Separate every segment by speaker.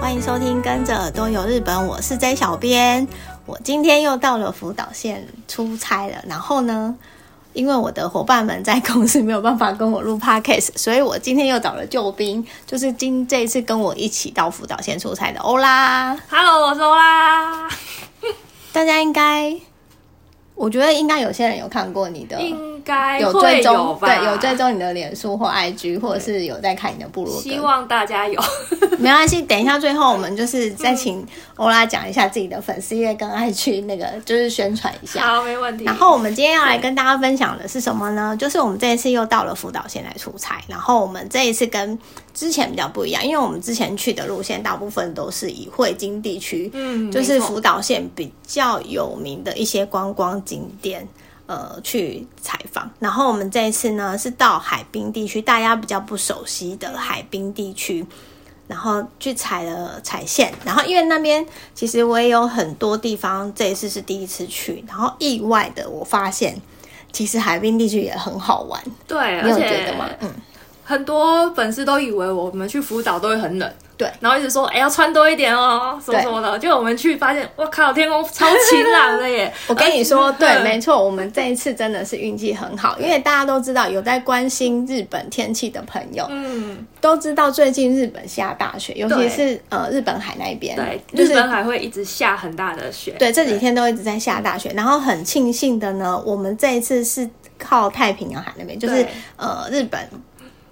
Speaker 1: 欢迎收听《跟着耳朵游日本》，我是 J 小编。我今天又到了福岛县出差了，然后呢，因为我的伙伴们在公司没有办法跟我录 podcast，所以我今天又找了救兵，就是今这一次跟我一起到福岛县出差的欧啦。
Speaker 2: Hello，我是欧啦，
Speaker 1: 大家应该，我觉得应该有些人有看过你的。
Speaker 2: 应该
Speaker 1: 有
Speaker 2: 会
Speaker 1: 追
Speaker 2: 有
Speaker 1: 踪，
Speaker 2: 吧？
Speaker 1: 对，有追。踪你的脸书或 IG，或者是有在看你的部落格。
Speaker 2: 希望大家有。
Speaker 1: 没关系，等一下最后我们就是再请欧拉讲一下自己的粉丝页跟 IG 那个，就是宣传一下。
Speaker 2: 好，没问题。
Speaker 1: 然后我们今天要来跟大家分享的是什么呢？就是我们这一次又到了福岛县来出差，然后我们这一次跟之前比较不一样，因为我们之前去的路线大部分都是以汇金地区，
Speaker 2: 嗯
Speaker 1: 就是
Speaker 2: 没错
Speaker 1: 福岛县比较有名的一些观光景点。呃，去采访，然后我们这一次呢是到海滨地区，大家比较不熟悉的海滨地区，然后去踩了踩线，然后因为那边其实我也有很多地方这一次是第一次去，然后意外的我发现，其实海滨地区也很好玩，
Speaker 2: 对，
Speaker 1: 你
Speaker 2: 而
Speaker 1: 有
Speaker 2: 且
Speaker 1: 觉得吗？嗯，
Speaker 2: 很多粉丝都以为我们去福岛都会很冷，
Speaker 1: 对
Speaker 2: 然后一直说哎、要穿多一点哦，什么
Speaker 1: 对！
Speaker 2: 什么的。就我们去发现，哇靠，天空超晴朗的耶
Speaker 1: 我跟你说，对，
Speaker 2: 嗯
Speaker 1: 没错，我们这一次真的是运气很好，因为大家都知道有在关心日本天气的朋友，
Speaker 2: 嗯，
Speaker 1: 都知道最近日本下大雪，尤其
Speaker 2: 对
Speaker 1: 是呃日本海那边，
Speaker 2: 对，
Speaker 1: 嗯就是
Speaker 2: 日本还会一直下很大的雪。
Speaker 1: 对，这几天都一直在下大雪，然后很庆幸的呢，我们这一次是靠太平洋海那边，就是
Speaker 2: 对
Speaker 1: 呃日本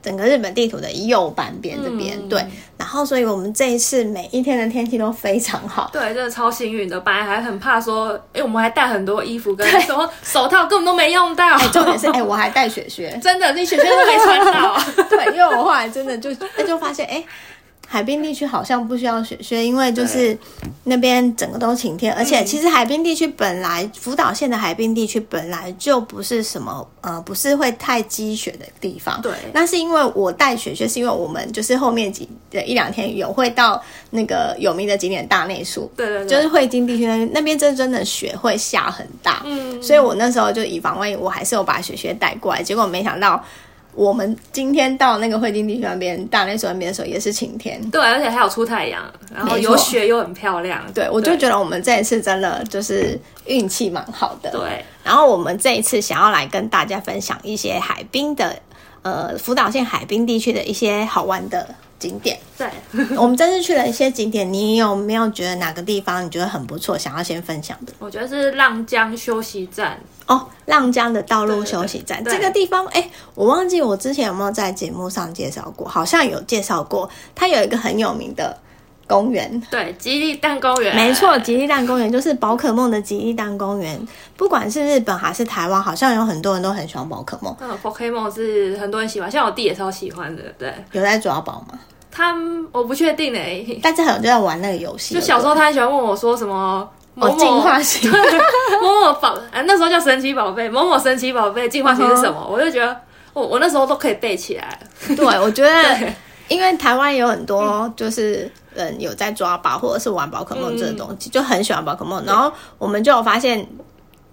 Speaker 1: 整个日本地图的右半边这边，
Speaker 2: 嗯
Speaker 1: 对，然后所以我们这一次每一天的天气都非常好，
Speaker 2: 对，真的超幸运的。本来还很怕说，因为我们还带很多衣服跟什么手套，根本都没用到。，
Speaker 1: 重点是哎、我还带雪靴
Speaker 2: 真的，那雪靴都没穿 到。
Speaker 1: 对，因为我后来真的就哎就发现哎。海滨地区好像不需要雪靴，因为就是那边整个都晴天，而且其实海滨地区本来福岛县的海滨地区本来就不是什么呃不是会太积雪的地方，
Speaker 2: 对
Speaker 1: 那是因为我带雪靴，是因为我们就是后面几呃一两天有会到那个有名的景点大内宿，
Speaker 2: 对对对，
Speaker 1: 就是汇金地区那边那边真真的雪会下很大，
Speaker 2: 嗯
Speaker 1: 所以我那时候就以防万一，我还是有把雪靴带过来。结果没想到我们今天到那个汇金地区那边大内宿那边的时候也是晴天，
Speaker 2: 对，而且还有出太阳，然后
Speaker 1: 没
Speaker 2: 有
Speaker 1: 错
Speaker 2: 雪又很漂亮。
Speaker 1: 对我就觉得我们这一次真的就是运气蛮好的，
Speaker 2: 对
Speaker 1: 然后我们这一次想要来跟大家分享一些海滨的，呃，福岛县海滨地区的一些好玩的景点。
Speaker 2: 对，
Speaker 1: 我们这次去了一些景点，你有没有觉得哪个地方你觉得很不错，想要先分享的？
Speaker 2: 我觉得是浪江休息站。
Speaker 1: 哦，浪江的道路休息站
Speaker 2: 对对
Speaker 1: 这个地方，哎，我忘记我之前有没有在节目上介绍过，好像有介绍过，它有一个很有名的公园，
Speaker 2: 对，吉利蛋公园。
Speaker 1: 没错，吉利蛋公园就是宝可梦的吉利蛋公园。不管是日本还是台湾，好像有很多人都很喜欢宝可梦。
Speaker 2: 嗯，Pokemon 是很多人喜欢，像我弟也超喜欢的。对
Speaker 1: 有在抓宝吗？
Speaker 2: 他，我不确定诶。
Speaker 1: 但是很多人就在玩那个游戏。
Speaker 2: 就小时候他很喜欢问我说什么某
Speaker 1: 哦，
Speaker 2: 某
Speaker 1: 进化型，
Speaker 2: 某某宝，啊，那时候叫神奇宝贝，某某神奇宝贝进化型是什么？
Speaker 1: 嗯
Speaker 2: 我就觉得，我我那时候都可以背起来。
Speaker 1: 对我觉得，因为台湾有很
Speaker 2: 嗯
Speaker 1: 多就是人有在抓宝或者是玩宝可梦这个东
Speaker 2: 嗯
Speaker 1: 西，就很喜欢宝可梦。然后我们就有发现，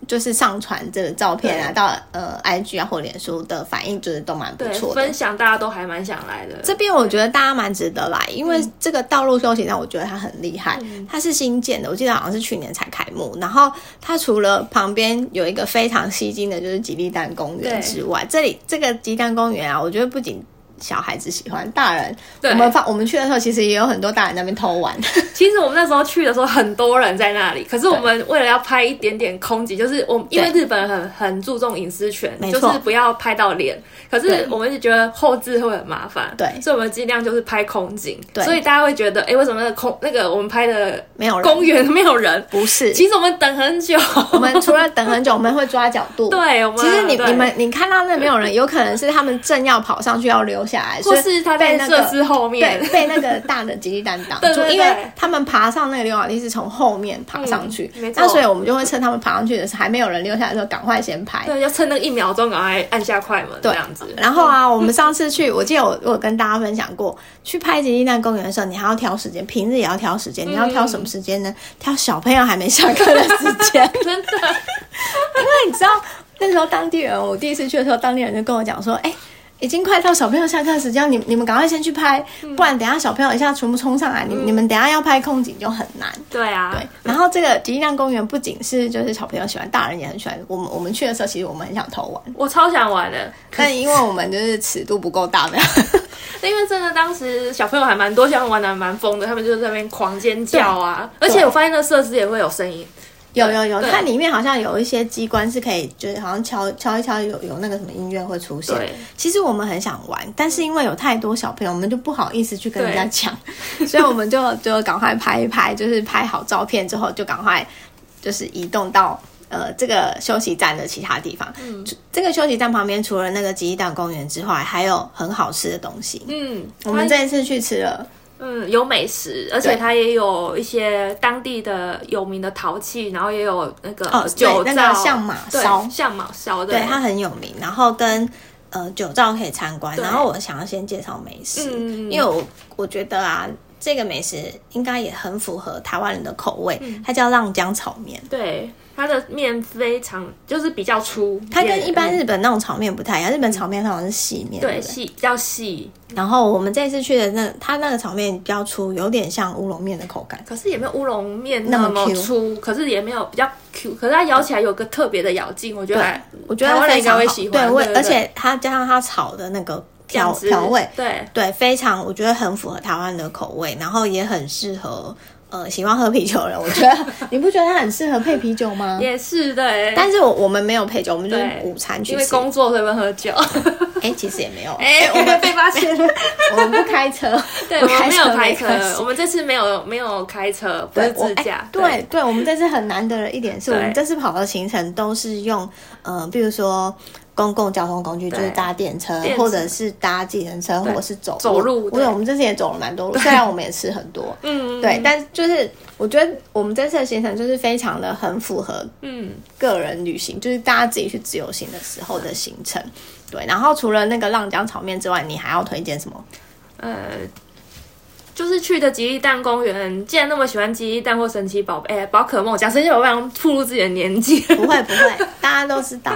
Speaker 1: 就是上传这个照片啊，
Speaker 2: 对
Speaker 1: 到呃 IG 啊或脸书的反应，就是都蛮不
Speaker 2: 对，
Speaker 1: 错的
Speaker 2: 分。享大家都还蛮想来的。
Speaker 1: 这边我觉得大家蛮值得来，因为
Speaker 2: 嗯
Speaker 1: 这个道路休息站，我觉得它很厉害，它是新建的，我记得好像是去年才开幕。然后它除了旁边有一个非常吸睛的，就是吉利蛋公园
Speaker 2: 对
Speaker 1: 之外，这里这个吉蛋公园啊，我觉得不仅小孩子喜欢，大人
Speaker 2: 对
Speaker 1: 我们发我们去的时候，其实也有很多大人在那边偷玩，
Speaker 2: 其实我们那时候去的时候，很多人在那里，可是我们为了要拍一点点空景，就是我因为日本人很很注重隐私权，
Speaker 1: 没
Speaker 2: 就
Speaker 1: 错
Speaker 2: 是不要拍到脸。可
Speaker 1: 对
Speaker 2: 是我们就觉得后置会很麻烦，
Speaker 1: 对
Speaker 2: 所以我们尽量就是拍空景。
Speaker 1: 对
Speaker 2: 所以大家会觉得，哎、为什么那个空那个我们拍的
Speaker 1: 没有人
Speaker 2: 公园没有人？
Speaker 1: 不是。
Speaker 2: 其实我们等很久，
Speaker 1: 我 们除了等很久，我们会抓角度。
Speaker 2: 对我们啊
Speaker 1: 其实你
Speaker 2: 对
Speaker 1: 你们你看到那没有人，有可能是他们正要跑上去要留下来，
Speaker 2: 或
Speaker 1: 所以
Speaker 2: 是他
Speaker 1: 被那
Speaker 2: 在设
Speaker 1: 个
Speaker 2: 施后面
Speaker 1: 对，，被那个大的吉利蛋挡
Speaker 2: 对
Speaker 1: 住，
Speaker 2: 对对
Speaker 1: 因为他们爬上那个溜滑梯是从后面爬上去，
Speaker 2: 嗯没错
Speaker 1: 那所以我们就会趁他们爬上去的时候还没有人溜下来的时候，赶快先拍。
Speaker 2: 对，要趁那一秒钟赶快按下快门，这样子。
Speaker 1: 然后啊，我们上次去，我记得我我有跟大家分享过，去拍吉利蛋公园的时候，你还要挑时间，平日也要挑时
Speaker 2: 嗯
Speaker 1: 间。你要挑什么时间呢？挑小朋友还没下课的时间。
Speaker 2: 真的，
Speaker 1: 你知道那时候当地人，我第一次去的时候，当地人就跟我讲说，哎、已经快到小朋友下课时间，你你们赶快先去拍，
Speaker 2: 嗯
Speaker 1: 不然等一下小朋友一下全部冲上来，你你们等一下要拍空景就很难。
Speaker 2: 对啊，
Speaker 1: 对，然后这个吉亮公园不仅是就是小朋友喜欢，大人也很喜欢。我们我们去的时候，其实我们很想偷玩，
Speaker 2: 我超想玩的，
Speaker 1: 但因为我们就是尺度不够大， 没有
Speaker 2: 因为真的当时小朋友还蛮多，像玩的还蛮疯的，他们就在那边狂尖叫啊，而且我发现那设施也会有声音，
Speaker 1: 有有有，
Speaker 2: 对
Speaker 1: 它里面好像有一些机关是可以，就是好像敲敲一敲有，有那个什么音乐会出现
Speaker 2: 对。
Speaker 1: 其实我们很想玩，但是因为有太多小朋友，我们就不好意思去跟人家讲，所以我们就就赶快拍一拍，就是拍好照片之后就赶快就是移动到。呃，这个休息站的其他地方，嗯、这个休息站旁边除了那个吉吉蛋公园之外，还有很好吃的东西。
Speaker 2: 嗯，
Speaker 1: 我们
Speaker 2: 它
Speaker 1: 这一次去吃了，
Speaker 2: 嗯有美食，而且
Speaker 1: 对
Speaker 2: 它也有一些当地的有名的陶器，然后也有那个
Speaker 1: 哦
Speaker 2: 酒
Speaker 1: 对
Speaker 2: 造
Speaker 1: 那个象马
Speaker 2: 对
Speaker 1: 烧
Speaker 2: 象马烧的，
Speaker 1: 对它很有名，然后跟呃酒造可以参观。
Speaker 2: 对
Speaker 1: 然后我想要先介绍美食，
Speaker 2: 嗯
Speaker 1: 因为我我觉得啊，这个美食应该也很符合台湾人的口味，
Speaker 2: 嗯
Speaker 1: 它叫浪江炒面。
Speaker 2: 对它的面非常就是比较粗，
Speaker 1: 它跟一般
Speaker 2: 也嗯
Speaker 1: 日本那种炒面不太一样，日本炒面通常是细面，
Speaker 2: 对
Speaker 1: 不
Speaker 2: 细比较细，
Speaker 1: 然后我们这次去的那它那个炒面比较粗，有点像乌龙面的口感。
Speaker 2: 可是也没有乌龙面
Speaker 1: 那么
Speaker 2: 么
Speaker 1: Q
Speaker 2: 粗，可是也没有比较 Q，可是它咬起来有个特别的咬劲，我觉得还
Speaker 1: 我觉得
Speaker 2: 台湾人
Speaker 1: 非
Speaker 2: 应该
Speaker 1: 常
Speaker 2: 会
Speaker 1: 好
Speaker 2: 喜欢，
Speaker 1: 对，味
Speaker 2: 对对
Speaker 1: 而且它加上它炒的那个调
Speaker 2: 酱汁
Speaker 1: 调味，
Speaker 2: 对
Speaker 1: 对，非常，我觉得很符合台湾的口味，然后也很适合呃喜欢喝啤酒的人。我觉 得你不觉得它很适合配啤酒吗？
Speaker 2: 也是对，
Speaker 1: 但是我我们没有配酒，我们就是
Speaker 2: 对
Speaker 1: 午餐去
Speaker 2: 因为
Speaker 1: 吃。
Speaker 2: 工作所以不能喝酒，
Speaker 1: 哎、其实也没有，
Speaker 2: 哎、我们被发现了，
Speaker 1: 我们不开车，
Speaker 2: 对，
Speaker 1: 不
Speaker 2: 我们没有开车
Speaker 1: 没关，系
Speaker 2: 我们这次没有没有开车，不
Speaker 1: 对
Speaker 2: 是
Speaker 1: 我
Speaker 2: 自驾
Speaker 1: 哎，对对，我们这次很难得的一点是我们
Speaker 2: 对
Speaker 1: 这次跑的行程都是用，呃，比如说公共交通工具，就是
Speaker 2: 对
Speaker 1: 搭电车，
Speaker 2: 电
Speaker 1: 或
Speaker 2: 车
Speaker 1: 者是搭计程车，或者是走
Speaker 2: 走路
Speaker 1: 对，
Speaker 2: 对
Speaker 1: 我们这次也走了蛮多路，虽然我们也吃很多，
Speaker 2: 嗯，
Speaker 1: 对，但就是我觉得我们这次的行程就是非常的很符合
Speaker 2: 嗯，
Speaker 1: 个人旅行，就是大家自己去自由行的时候的行程。对，然后除了那个浪江炒面之外，你还要推荐什么？
Speaker 2: 呃。就是去的吉利蛋公园，既然那么喜欢吉利蛋或神奇宝贝、哎宝可梦，讲神奇宝贝好像暴露自己的年纪，
Speaker 1: 不会不会，大家都知 道。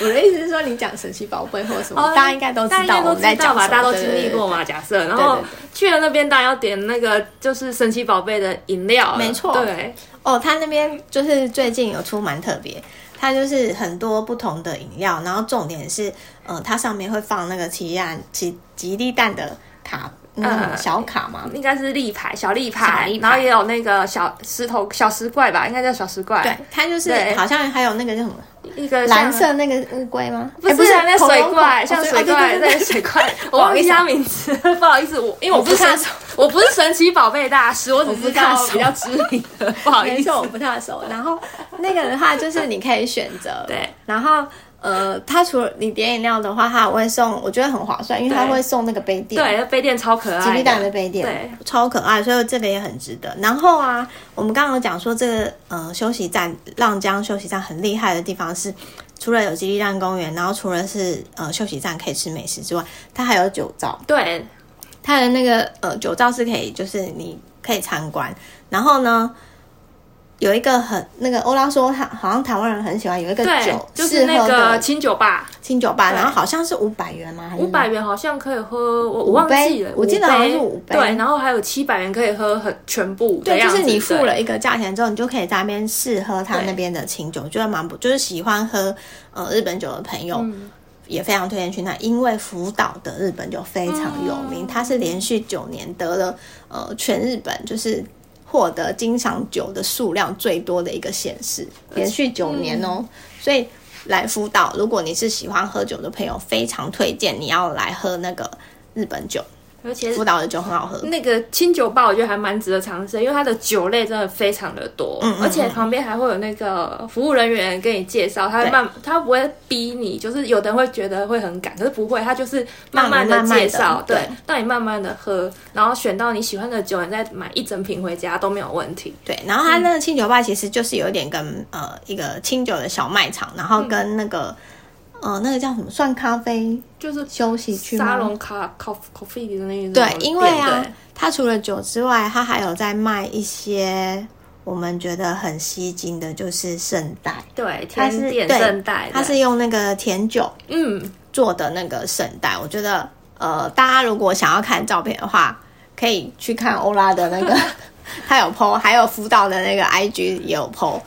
Speaker 1: 我的意思是说，你讲神奇宝贝或者什么，
Speaker 2: 哦
Speaker 1: 大家应该都知
Speaker 2: 大家
Speaker 1: 道
Speaker 2: 应该
Speaker 1: 我
Speaker 2: 都
Speaker 1: 们在
Speaker 2: 知
Speaker 1: 讲
Speaker 2: 道吧？
Speaker 1: 什么，
Speaker 2: 大家都
Speaker 1: 对
Speaker 2: 经历过？嘛，假设。然后
Speaker 1: 对对
Speaker 2: 去了那边，当然要点那个就是神奇宝贝的饮料了，
Speaker 1: 没错
Speaker 2: 对，
Speaker 1: 对对哦，他那边就是最近有出蛮特别，它就是很多不同的饮料，然后重点是，呃，它上面会放那个奇蛋吉吉利蛋的卡，那种
Speaker 2: 呃
Speaker 1: 小卡嘛，
Speaker 2: 应该是立牌小立
Speaker 1: 小
Speaker 2: 牌
Speaker 1: 立，牌
Speaker 2: 然后也有那个小石头小石怪吧，应该叫小石怪，
Speaker 1: 对，，它就是
Speaker 2: 对
Speaker 1: 好像还有那个叫什么
Speaker 2: 一个像
Speaker 1: 蓝。色那个乌龟吗？
Speaker 2: 不
Speaker 1: 哎
Speaker 2: 是啊那
Speaker 1: 恐龙
Speaker 2: 水
Speaker 1: 恐
Speaker 2: 怪，
Speaker 1: 哦
Speaker 2: 像
Speaker 1: 对
Speaker 2: 水
Speaker 1: 哦对
Speaker 2: 怪，
Speaker 1: 对对
Speaker 2: 对
Speaker 1: 对
Speaker 2: 水怪，
Speaker 1: 不
Speaker 2: 我
Speaker 1: 好
Speaker 2: 忘
Speaker 1: 意思
Speaker 2: 记他名字， 不好意思，我因为我
Speaker 1: 我
Speaker 2: 不是
Speaker 1: 不大
Speaker 2: 神，我不是神奇宝贝大师，我只
Speaker 1: 我不
Speaker 2: 是
Speaker 1: 大
Speaker 2: 看
Speaker 1: 熟
Speaker 2: 比较知名的，不好
Speaker 1: 没
Speaker 2: 意思
Speaker 1: 错，，我不太熟。然后那个的话，就是你可以选择
Speaker 2: 对，
Speaker 1: 然后呃，它除了你点饮料的话，它还会送，我觉得很划算，因为它
Speaker 2: 对
Speaker 1: 会送那个杯垫，
Speaker 2: 对，杯垫超可爱的，
Speaker 1: 吉利蛋的杯垫，
Speaker 2: 对
Speaker 1: 超可爱，所以这个也很值得。然后啊，我们刚刚有讲说这个呃休息站浪江休息站很厉害的地方是，除了有吉利蛋公园，然后除了是呃休息站可以吃美食之外，它还有酒造。
Speaker 2: 对，
Speaker 1: 它的那个呃酒造是可以，就是你可以参观。然后呢，有一个很那个欧拉说，他好像台湾人很喜欢有一个
Speaker 2: 对
Speaker 1: 酒，，
Speaker 2: 就是那
Speaker 1: 适合
Speaker 2: 个
Speaker 1: 的
Speaker 2: 清酒吧，
Speaker 1: 清酒吧，
Speaker 2: 对
Speaker 1: 然后好像是五百元吗？还是
Speaker 2: 五百元好像可以喝，我我
Speaker 1: 嗯五
Speaker 2: 忘
Speaker 1: 杯
Speaker 2: 记了，
Speaker 1: 我记得
Speaker 2: 五杯
Speaker 1: 好像是五杯
Speaker 2: 对，然后还有七百元可以喝很全部的
Speaker 1: 对，
Speaker 2: 样
Speaker 1: 就
Speaker 2: 子，
Speaker 1: 是你付
Speaker 2: 对，
Speaker 1: 了一个价钱之后，你就可以在那边试喝他
Speaker 2: 对
Speaker 1: 那边的清酒，觉得蛮不，就是喜欢喝呃日本酒的朋友。
Speaker 2: 嗯
Speaker 1: 也非常推荐去那，因为福岛的日本酒非常有
Speaker 2: 嗯
Speaker 1: 名，它是连续九年得了呃全日本就是获得金赏酒的数量最多的一个县市，
Speaker 2: 嗯
Speaker 1: 连续九年哦、所以来福岛，如果你是喜欢喝酒的朋友，非常推荐你要来喝那个日本酒，
Speaker 2: 而且
Speaker 1: 福岛的酒很好喝。
Speaker 2: 那个清酒吧，我觉得还蛮值得尝试，因为它的酒类真的非常的多，
Speaker 1: 嗯
Speaker 2: 而且旁边还会有那个服务人员跟你介绍，他会
Speaker 1: 对
Speaker 2: 慢，他不会逼你，就是有的人会觉得会很赶，可是不会，他就是慢
Speaker 1: 慢地
Speaker 2: 慢
Speaker 1: 慢
Speaker 2: 的
Speaker 1: 慢地
Speaker 2: 介绍，
Speaker 1: 对
Speaker 2: 对，让你慢慢的喝，然后选到你喜欢的酒，你再买一整瓶回家都没有问题。
Speaker 1: 对，然后
Speaker 2: 嗯
Speaker 1: 它那个清酒吧其实就是有点跟、呃一个清酒的小卖场，然
Speaker 2: 嗯
Speaker 1: 后跟那个、呃那个叫什么算咖啡
Speaker 2: 就是
Speaker 1: 休息区
Speaker 2: 沙
Speaker 1: 吗？
Speaker 2: 龙咖 coffee coffee 的那种
Speaker 1: 对，因为
Speaker 2: 店
Speaker 1: 啊
Speaker 2: 对，
Speaker 1: 它除了酒之外，它还有在卖一些我们觉得很吸睛的，就是圣代，
Speaker 2: 对，
Speaker 1: 它
Speaker 2: 甜
Speaker 1: 是
Speaker 2: 点
Speaker 1: 对
Speaker 2: 圣代的，
Speaker 1: 它是用那个甜酒
Speaker 2: 嗯，
Speaker 1: 做的那个圣代。我觉得，呃，大家如果想要看照片的话，可以去看欧拉的那 个，他有 PO，还有辅导的那个 IG 也有 PO。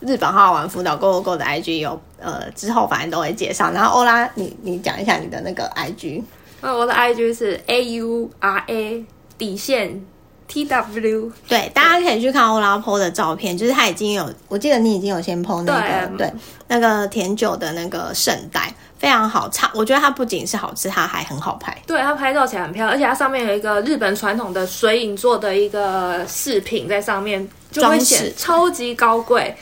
Speaker 1: 日本好好玩辅导 Go Go Go 的 IG 有，呃，之后反正都会介绍。然后欧拉，你你讲一下你的那个 IG，
Speaker 2: 那我的 IG 是 A U R A 底线 T W，
Speaker 1: 对，大家可以去看欧拉 PO 的照片，就是他已经有，我记得你已经有先 PO 那个
Speaker 2: 对
Speaker 1: 对那个甜酒的那个圣代，非常好吃。我觉得它不仅是好吃，它还很好拍。
Speaker 2: 对，它拍照起来很漂亮，而且它上面有一个日本传统的水影做的一个饰品在上面，就会
Speaker 1: 装饰
Speaker 2: 显超级高贵，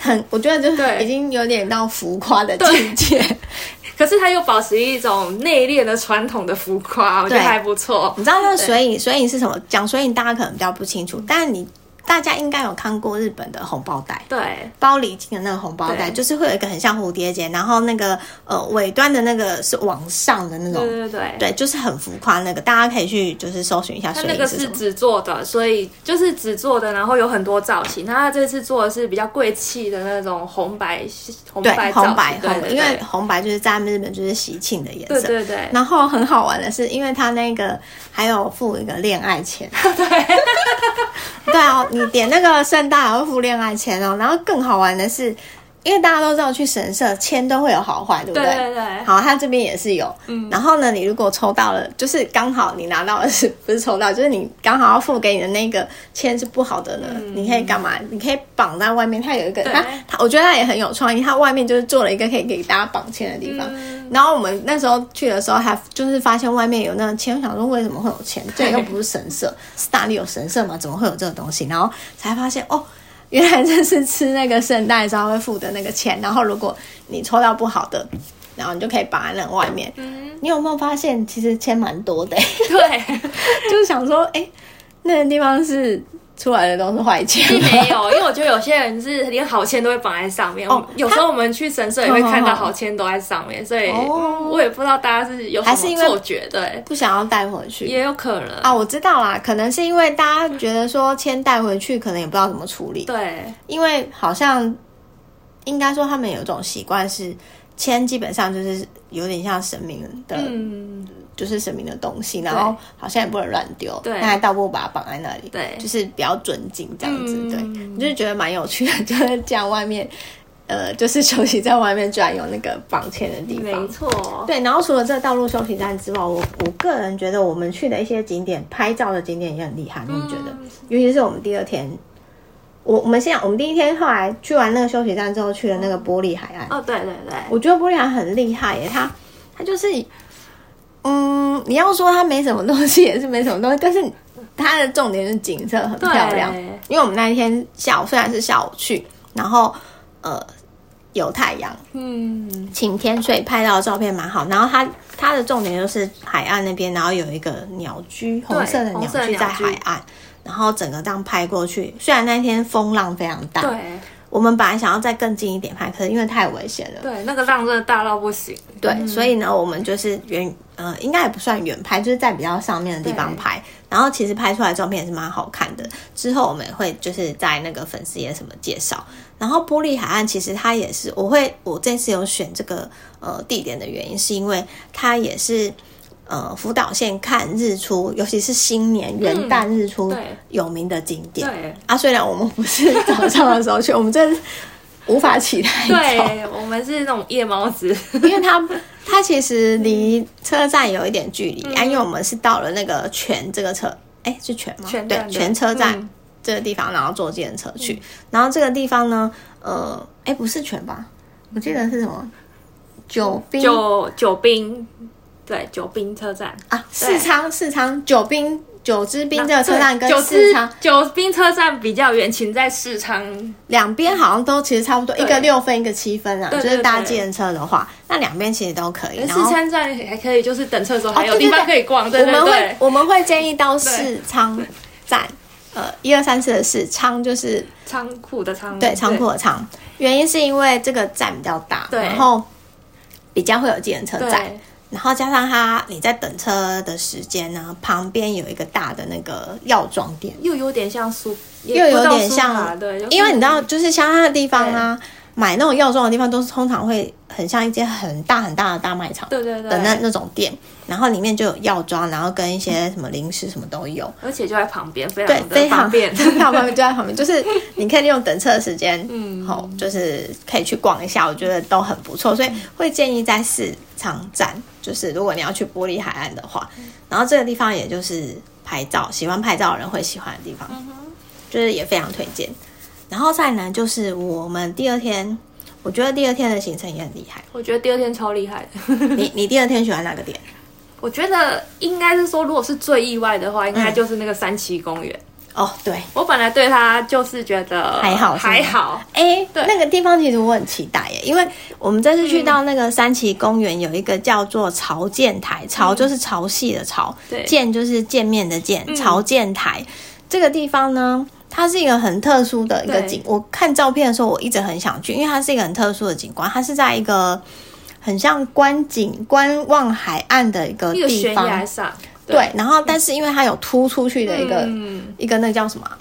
Speaker 1: 很，我觉得就是
Speaker 2: 对
Speaker 1: 已经有点到浮夸的境界。
Speaker 2: 可是它又保持一种内敛的传统的浮夸，我觉
Speaker 1: 对
Speaker 2: 得还不错。
Speaker 1: 你知道那个水影，水影是什么？讲水影大家可能比较不清
Speaker 2: 嗯
Speaker 1: 楚，但你大家应该有看过日本的红包袋。
Speaker 2: 对，
Speaker 1: 包礼金的那个红包袋，
Speaker 2: 对
Speaker 1: 就是会有一个很像蝴蝶结，然后那个呃尾端的那个是往上的那
Speaker 2: 对
Speaker 1: 种，
Speaker 2: 对对。
Speaker 1: 对，就是很浮夸那个，大家可以去就是搜寻一下
Speaker 2: 它
Speaker 1: 水
Speaker 2: 那
Speaker 1: 影
Speaker 2: 个
Speaker 1: 是什
Speaker 2: 是
Speaker 1: 么。
Speaker 2: 纸做的，所以就是纸做的，然后有很多造型。那它这次做的是比较贵气的那种红白红
Speaker 1: 对
Speaker 2: 白，造型
Speaker 1: 红白
Speaker 2: 对对
Speaker 1: 红，因为红白就是在他们日本就是喜庆的颜
Speaker 2: 对
Speaker 1: 色。
Speaker 2: 对对
Speaker 1: 然后很好玩的是，因为他那个还有付一个恋爱 钱。 对，对啊，你点那个圣诞还会付恋爱钱哦。然后更好玩的是，因为大家都知道去神社签都会有好坏，对不
Speaker 2: 对
Speaker 1: 对？
Speaker 2: 对对。
Speaker 1: 好，他这边也是有，然后呢，你如果抽到了，就是刚好你拿到的是不是抽到，就是你刚好要付给你的那个签是不好的呢，你可以干嘛？你可以绑在外面，它有一个，
Speaker 2: 对
Speaker 1: 它它，我觉得它也很有创意，它外面就是做了一个可以给大家绑签的地方。然后我们那时候去的时候，还就是发现外面有那个签，我想说为什么会有签？这又不是神社，是哪里有神社嘛？怎么会有这个东西？然后才发现哦。 原来这是吃那个圣诞的时候会付的那个钱，然后如果你抽到不好的，然后你就可以绑在那外面。你有没有发现，其实签蛮多的、
Speaker 2: 对，
Speaker 1: 就是想说，哎、那个地方是出来的都是坏
Speaker 2: 并
Speaker 1: 签 吗，
Speaker 2: 没有，因为我觉得有些人是连好签都会绑在上面。
Speaker 1: 哦
Speaker 2: 有时候我们去神社也会看到好签都在上面，所以
Speaker 1: 哦
Speaker 2: 我也不知道大家是有
Speaker 1: 还是
Speaker 2: 什
Speaker 1: 因
Speaker 2: 么
Speaker 1: 为
Speaker 2: 错觉，对，
Speaker 1: 不想要带回去
Speaker 2: 也有可能。
Speaker 1: 啊。我知道啦，可能是因为大家觉得说签带回去，可能也不知道怎么处理，
Speaker 2: 对
Speaker 1: 因为好像应该说他们有一种习惯是签，基本上就是有点像神明的，
Speaker 2: 嗯，
Speaker 1: 就是神明的东西，然后好像也不能乱丢，
Speaker 2: 对
Speaker 1: 那还倒不如把它绑在那里。
Speaker 2: 对
Speaker 1: 就是比较尊敬这样子，
Speaker 2: 嗯
Speaker 1: 对，我就是觉得蛮有趣的， 就是这样外面，呃，就是休息在外面居然有那个绑钱的地
Speaker 2: 没
Speaker 1: 方。
Speaker 2: 错，
Speaker 1: 对，然后除了这个道路休息站之外，我我个人觉得我们去的一些景点拍照的景点也很厉
Speaker 2: 嗯
Speaker 1: 害，你们觉得？尤其是我们第二天，我我们先讲，我们第一天后来去完那个休息站之后，去了那个玻璃海岸，
Speaker 2: 哦，对对对，
Speaker 1: 我觉得玻璃海很厉害耶，它它就是，嗯，你要说它没什么东西也是没什么东西，但是它的重点是景色很
Speaker 2: 对
Speaker 1: 漂亮。因为我们那一天下午虽然是下午去，然后呃有太阳
Speaker 2: 嗯，
Speaker 1: 晴天，所以拍到的照片蛮好。然后它它的重点就是海岸那边，然后有一个鸟居，红色的鸟
Speaker 2: 红色的
Speaker 1: 居
Speaker 2: 鸟
Speaker 1: 在
Speaker 2: 居
Speaker 1: 海岸。然后整个这样拍过去，虽然那天风浪非常大，
Speaker 2: 对
Speaker 1: 我们本来想要再更近一点拍，可是因为太危险了，
Speaker 2: 对，那个浪真的大到不行。
Speaker 1: 对，所以呢，我们就是远呃，应该也不算远拍，就是在比较上面的地方拍。然后其实拍出来的照片也是蛮好看的。之后我们也会就是在那个粉丝页什么介绍。然后玻璃海岸其实它也是，我会我这次有选这个呃地点的原因，是因为它也是呃福岛县看日出，尤其是新年元旦日出、
Speaker 2: 嗯对
Speaker 1: 有名的景点。
Speaker 2: 对
Speaker 1: 啊，虽然我们不是早上的时候去，我们真的是无法起太早。
Speaker 2: 对，我们是那种夜猫子，
Speaker 1: 因为它它其实离车站有一点距离、
Speaker 2: 嗯
Speaker 1: 啊，因为我们是到了那个泉这个车，哎、是泉吗？
Speaker 2: 全
Speaker 1: 对
Speaker 2: 站，的
Speaker 1: 泉车站、
Speaker 2: 嗯
Speaker 1: 这个地方，然后坐计程车去、然后这个地方呢，呃，哎、不是泉吧？我记得是什么九滨
Speaker 2: 九九兵，对，九兵车站。
Speaker 1: 啊，四仓四仓九滨九支滨这个车站跟
Speaker 2: 九
Speaker 1: 四
Speaker 2: 支
Speaker 1: 仓
Speaker 2: 九兵车站比较远，请在市场
Speaker 1: 两边好像都其实差不多，一个六分一个七分啊，
Speaker 2: 对
Speaker 1: 就是
Speaker 2: 对
Speaker 1: 搭
Speaker 2: 对
Speaker 1: 计程车的话，那两边其实都可以。然
Speaker 2: 四
Speaker 1: 后
Speaker 2: 川站还可以，就是等车的时候还
Speaker 1: 哦
Speaker 2: 有
Speaker 1: 对对
Speaker 2: 地方
Speaker 1: 对
Speaker 2: 可以逛，对对
Speaker 1: 我们
Speaker 2: 对
Speaker 1: 会。我们会建议到四仓站，呃，一二三四的四仓就是
Speaker 2: 仓库的仓，
Speaker 1: 对仓库的仓，原因是因为这个站比较大，
Speaker 2: 对
Speaker 1: 然后比较会有计程车
Speaker 2: 对
Speaker 1: 站，
Speaker 2: 对
Speaker 1: 然后加上它你在等车的时间呢，旁边有一个大的那个药妆店，
Speaker 2: 又有点像苏，也
Speaker 1: 又
Speaker 2: 不
Speaker 1: 有
Speaker 2: 到
Speaker 1: 点
Speaker 2: 苏打
Speaker 1: 像，
Speaker 2: 对，就是
Speaker 1: 因为你知道，就是乡下的地方啊，买那种药妆的地方，都是通常会很像一间很大很大的大卖场
Speaker 2: 对对对，
Speaker 1: 的那那种店，然后里面就有药妆，然后跟一些什么零食什么都有。
Speaker 2: 而且就在旁边，非
Speaker 1: 对
Speaker 2: 常，的
Speaker 1: 非
Speaker 2: 方
Speaker 1: 常。
Speaker 2: 便
Speaker 1: 非常方便，就在旁边，就是你可以利用等车的时间，
Speaker 2: 嗯
Speaker 1: 好、就是可以去逛一下，我觉得都很不错，所以会建议在市场站，就是如果你要去玻璃海岸的话，
Speaker 2: 嗯
Speaker 1: 然后这个地方也就是拍照，喜欢拍照的人会喜欢的地方，
Speaker 2: 嗯
Speaker 1: 就是也非常推荐。然后再呢，就是我们第二天，我觉得第二天的行程也很厉 害。
Speaker 2: 我觉得第二天超厉害的，
Speaker 1: 你你第二天喜欢哪个点？
Speaker 2: 我觉得应该是说，如果是最意外的话，应该就是那个三旗公园。
Speaker 1: 哦，对，
Speaker 2: 我本来对它就是觉得
Speaker 1: 还好是吗
Speaker 2: 还好，
Speaker 1: 哎、
Speaker 2: 对嗯
Speaker 1: 那个地方其实我很期待耶，因为我们这次去到那个三旗公园，有一个叫做潮见台，潮就是潮汐的潮，
Speaker 2: 嗯对嗯
Speaker 1: 见就是见面的见，潮见台这个地方呢。它是一个很特殊的一个
Speaker 2: 对
Speaker 1: 景，我看照片的时候，我一直很想去，因为它是一个很特殊的景观，它是在一个很像观景观望海岸的一个
Speaker 2: 一个
Speaker 1: 地
Speaker 2: 悬
Speaker 1: 方，
Speaker 2: 崖上，
Speaker 1: 对然后，但是因为它有突出去的一个、
Speaker 2: 嗯，
Speaker 1: 一个那叫什么啊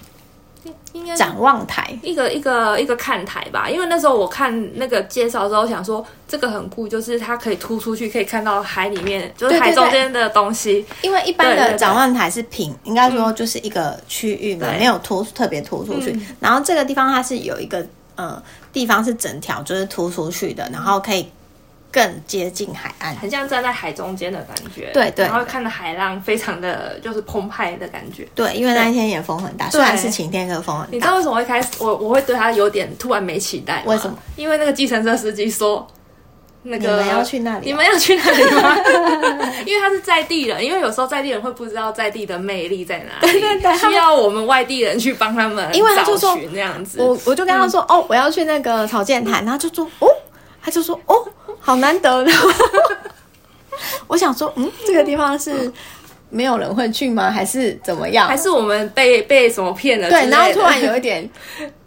Speaker 2: 应该是
Speaker 1: 展望台，
Speaker 2: 一个一个一个看台吧，因为那时候我看那个介绍之后，想说这个很酷，就是它可以突出去，可以看到海里面，就是
Speaker 1: 对对
Speaker 2: 海中
Speaker 1: 对
Speaker 2: 间的东西。
Speaker 1: 因为一般
Speaker 2: 对对
Speaker 1: 的
Speaker 2: 对
Speaker 1: 展望台是平，应该说就是一个区域嘛，
Speaker 2: 对
Speaker 1: 没有突特别突出去。
Speaker 2: 嗯
Speaker 1: 然后这个地方它是有一个呃地方是整条就是突出去的，然后可以更接近海岸。
Speaker 2: 很像站在海中间的感觉，
Speaker 1: 对对
Speaker 2: 然后看着海浪，非常的就是澎湃的感觉。
Speaker 1: 对，因为那一天也风很大，虽然是晴天，可是风很
Speaker 2: 你知
Speaker 1: 大。
Speaker 2: 道为什么我一开始我我会对他有点突然没期待吗？
Speaker 1: 为什么？
Speaker 2: 因为那个计程车司机说，那个
Speaker 1: 你们要去那里啊
Speaker 2: 你们要去那里 吗？因为他是在地人，因为有时候在地人会不知道在地的魅力在哪里，
Speaker 1: 对对对他们
Speaker 2: 需要我们外地人去帮他们，
Speaker 1: 因为他就说
Speaker 2: 那样子，
Speaker 1: 我我就跟他说、哦，我要去那个草建台，然后就说哦，他就说哦，好难得。 然后我想说，嗯，这个地方是没有人会去吗？还是怎么样？
Speaker 2: 还是我们被被什么骗了之类
Speaker 1: 对，
Speaker 2: 的？嗯
Speaker 1: 然后突然有一 点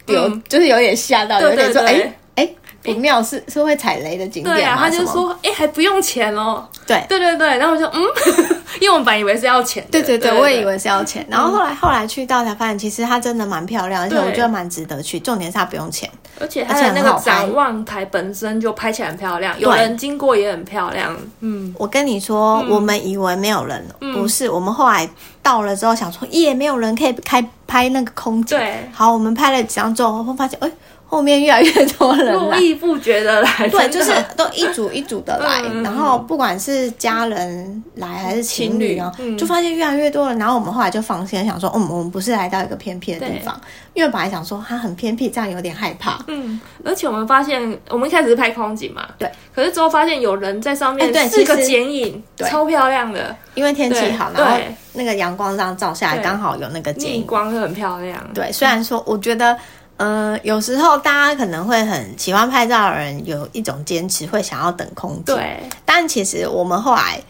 Speaker 1: 有，就是有点吓到，
Speaker 2: 对
Speaker 1: 有点说，
Speaker 2: 对对
Speaker 1: 哎哎，不妙，是是会踩雷的景
Speaker 2: 对
Speaker 1: 点
Speaker 2: 啊，
Speaker 1: 吗？
Speaker 2: 他就
Speaker 1: 什么，
Speaker 2: 说，哎、还不用钱哦。
Speaker 1: 对
Speaker 2: 对对对，然后我就嗯， 因为我们本来以为是要钱的，
Speaker 1: 对对对，我也以为是要钱，然后后来后来去到才发现，其实它真的蛮漂亮，而且
Speaker 2: 嗯对
Speaker 1: 我觉得蛮值得去，重点是它不用钱。
Speaker 2: 而且它的那
Speaker 1: 而且很
Speaker 2: 个
Speaker 1: 好拍
Speaker 2: 展望台本身就拍起来很漂亮，有人经过也很漂亮。嗯，
Speaker 1: 我跟你说，我们以为没有人，不是，我们后来到了之后想说，耶，没有人可以开拍那个空景
Speaker 2: 对。
Speaker 1: 好，我们拍了几张之后，会发现，哎，后面越来越多人啊
Speaker 2: 络
Speaker 1: 来。
Speaker 2: 绎不绝的来，
Speaker 1: 对，
Speaker 2: 真的
Speaker 1: 就是都一组一组的来，
Speaker 2: 嗯嗯嗯
Speaker 1: 然后不管是家人来还是情侣啊，
Speaker 2: 情侣嗯
Speaker 1: 就发现越来越多人。然后我们后来就放心了想说，嗯，我们不是来到一个偏僻的地方，因为本来想说它很偏僻，这样有点害怕。
Speaker 2: 嗯，而且我们发现，我们一开始是拍空景嘛，
Speaker 1: 对，
Speaker 2: 可是之后发现有人在上
Speaker 1: 哎
Speaker 2: 面
Speaker 1: 对
Speaker 2: 是个
Speaker 1: 其实
Speaker 2: 剪影，
Speaker 1: 对
Speaker 2: 超漂亮的，
Speaker 1: 因为天气好，
Speaker 2: 对
Speaker 1: 然后
Speaker 2: 对
Speaker 1: 那个阳光这样照下来，
Speaker 2: 对
Speaker 1: 刚好有那个剪
Speaker 2: 逆
Speaker 1: 影。
Speaker 2: 光很漂亮，
Speaker 1: 对，虽然说我觉得，呃，有时候大家可能会很喜欢拍照的人有一种坚持，会想要等空气。
Speaker 2: 对，
Speaker 1: 但其实我们后来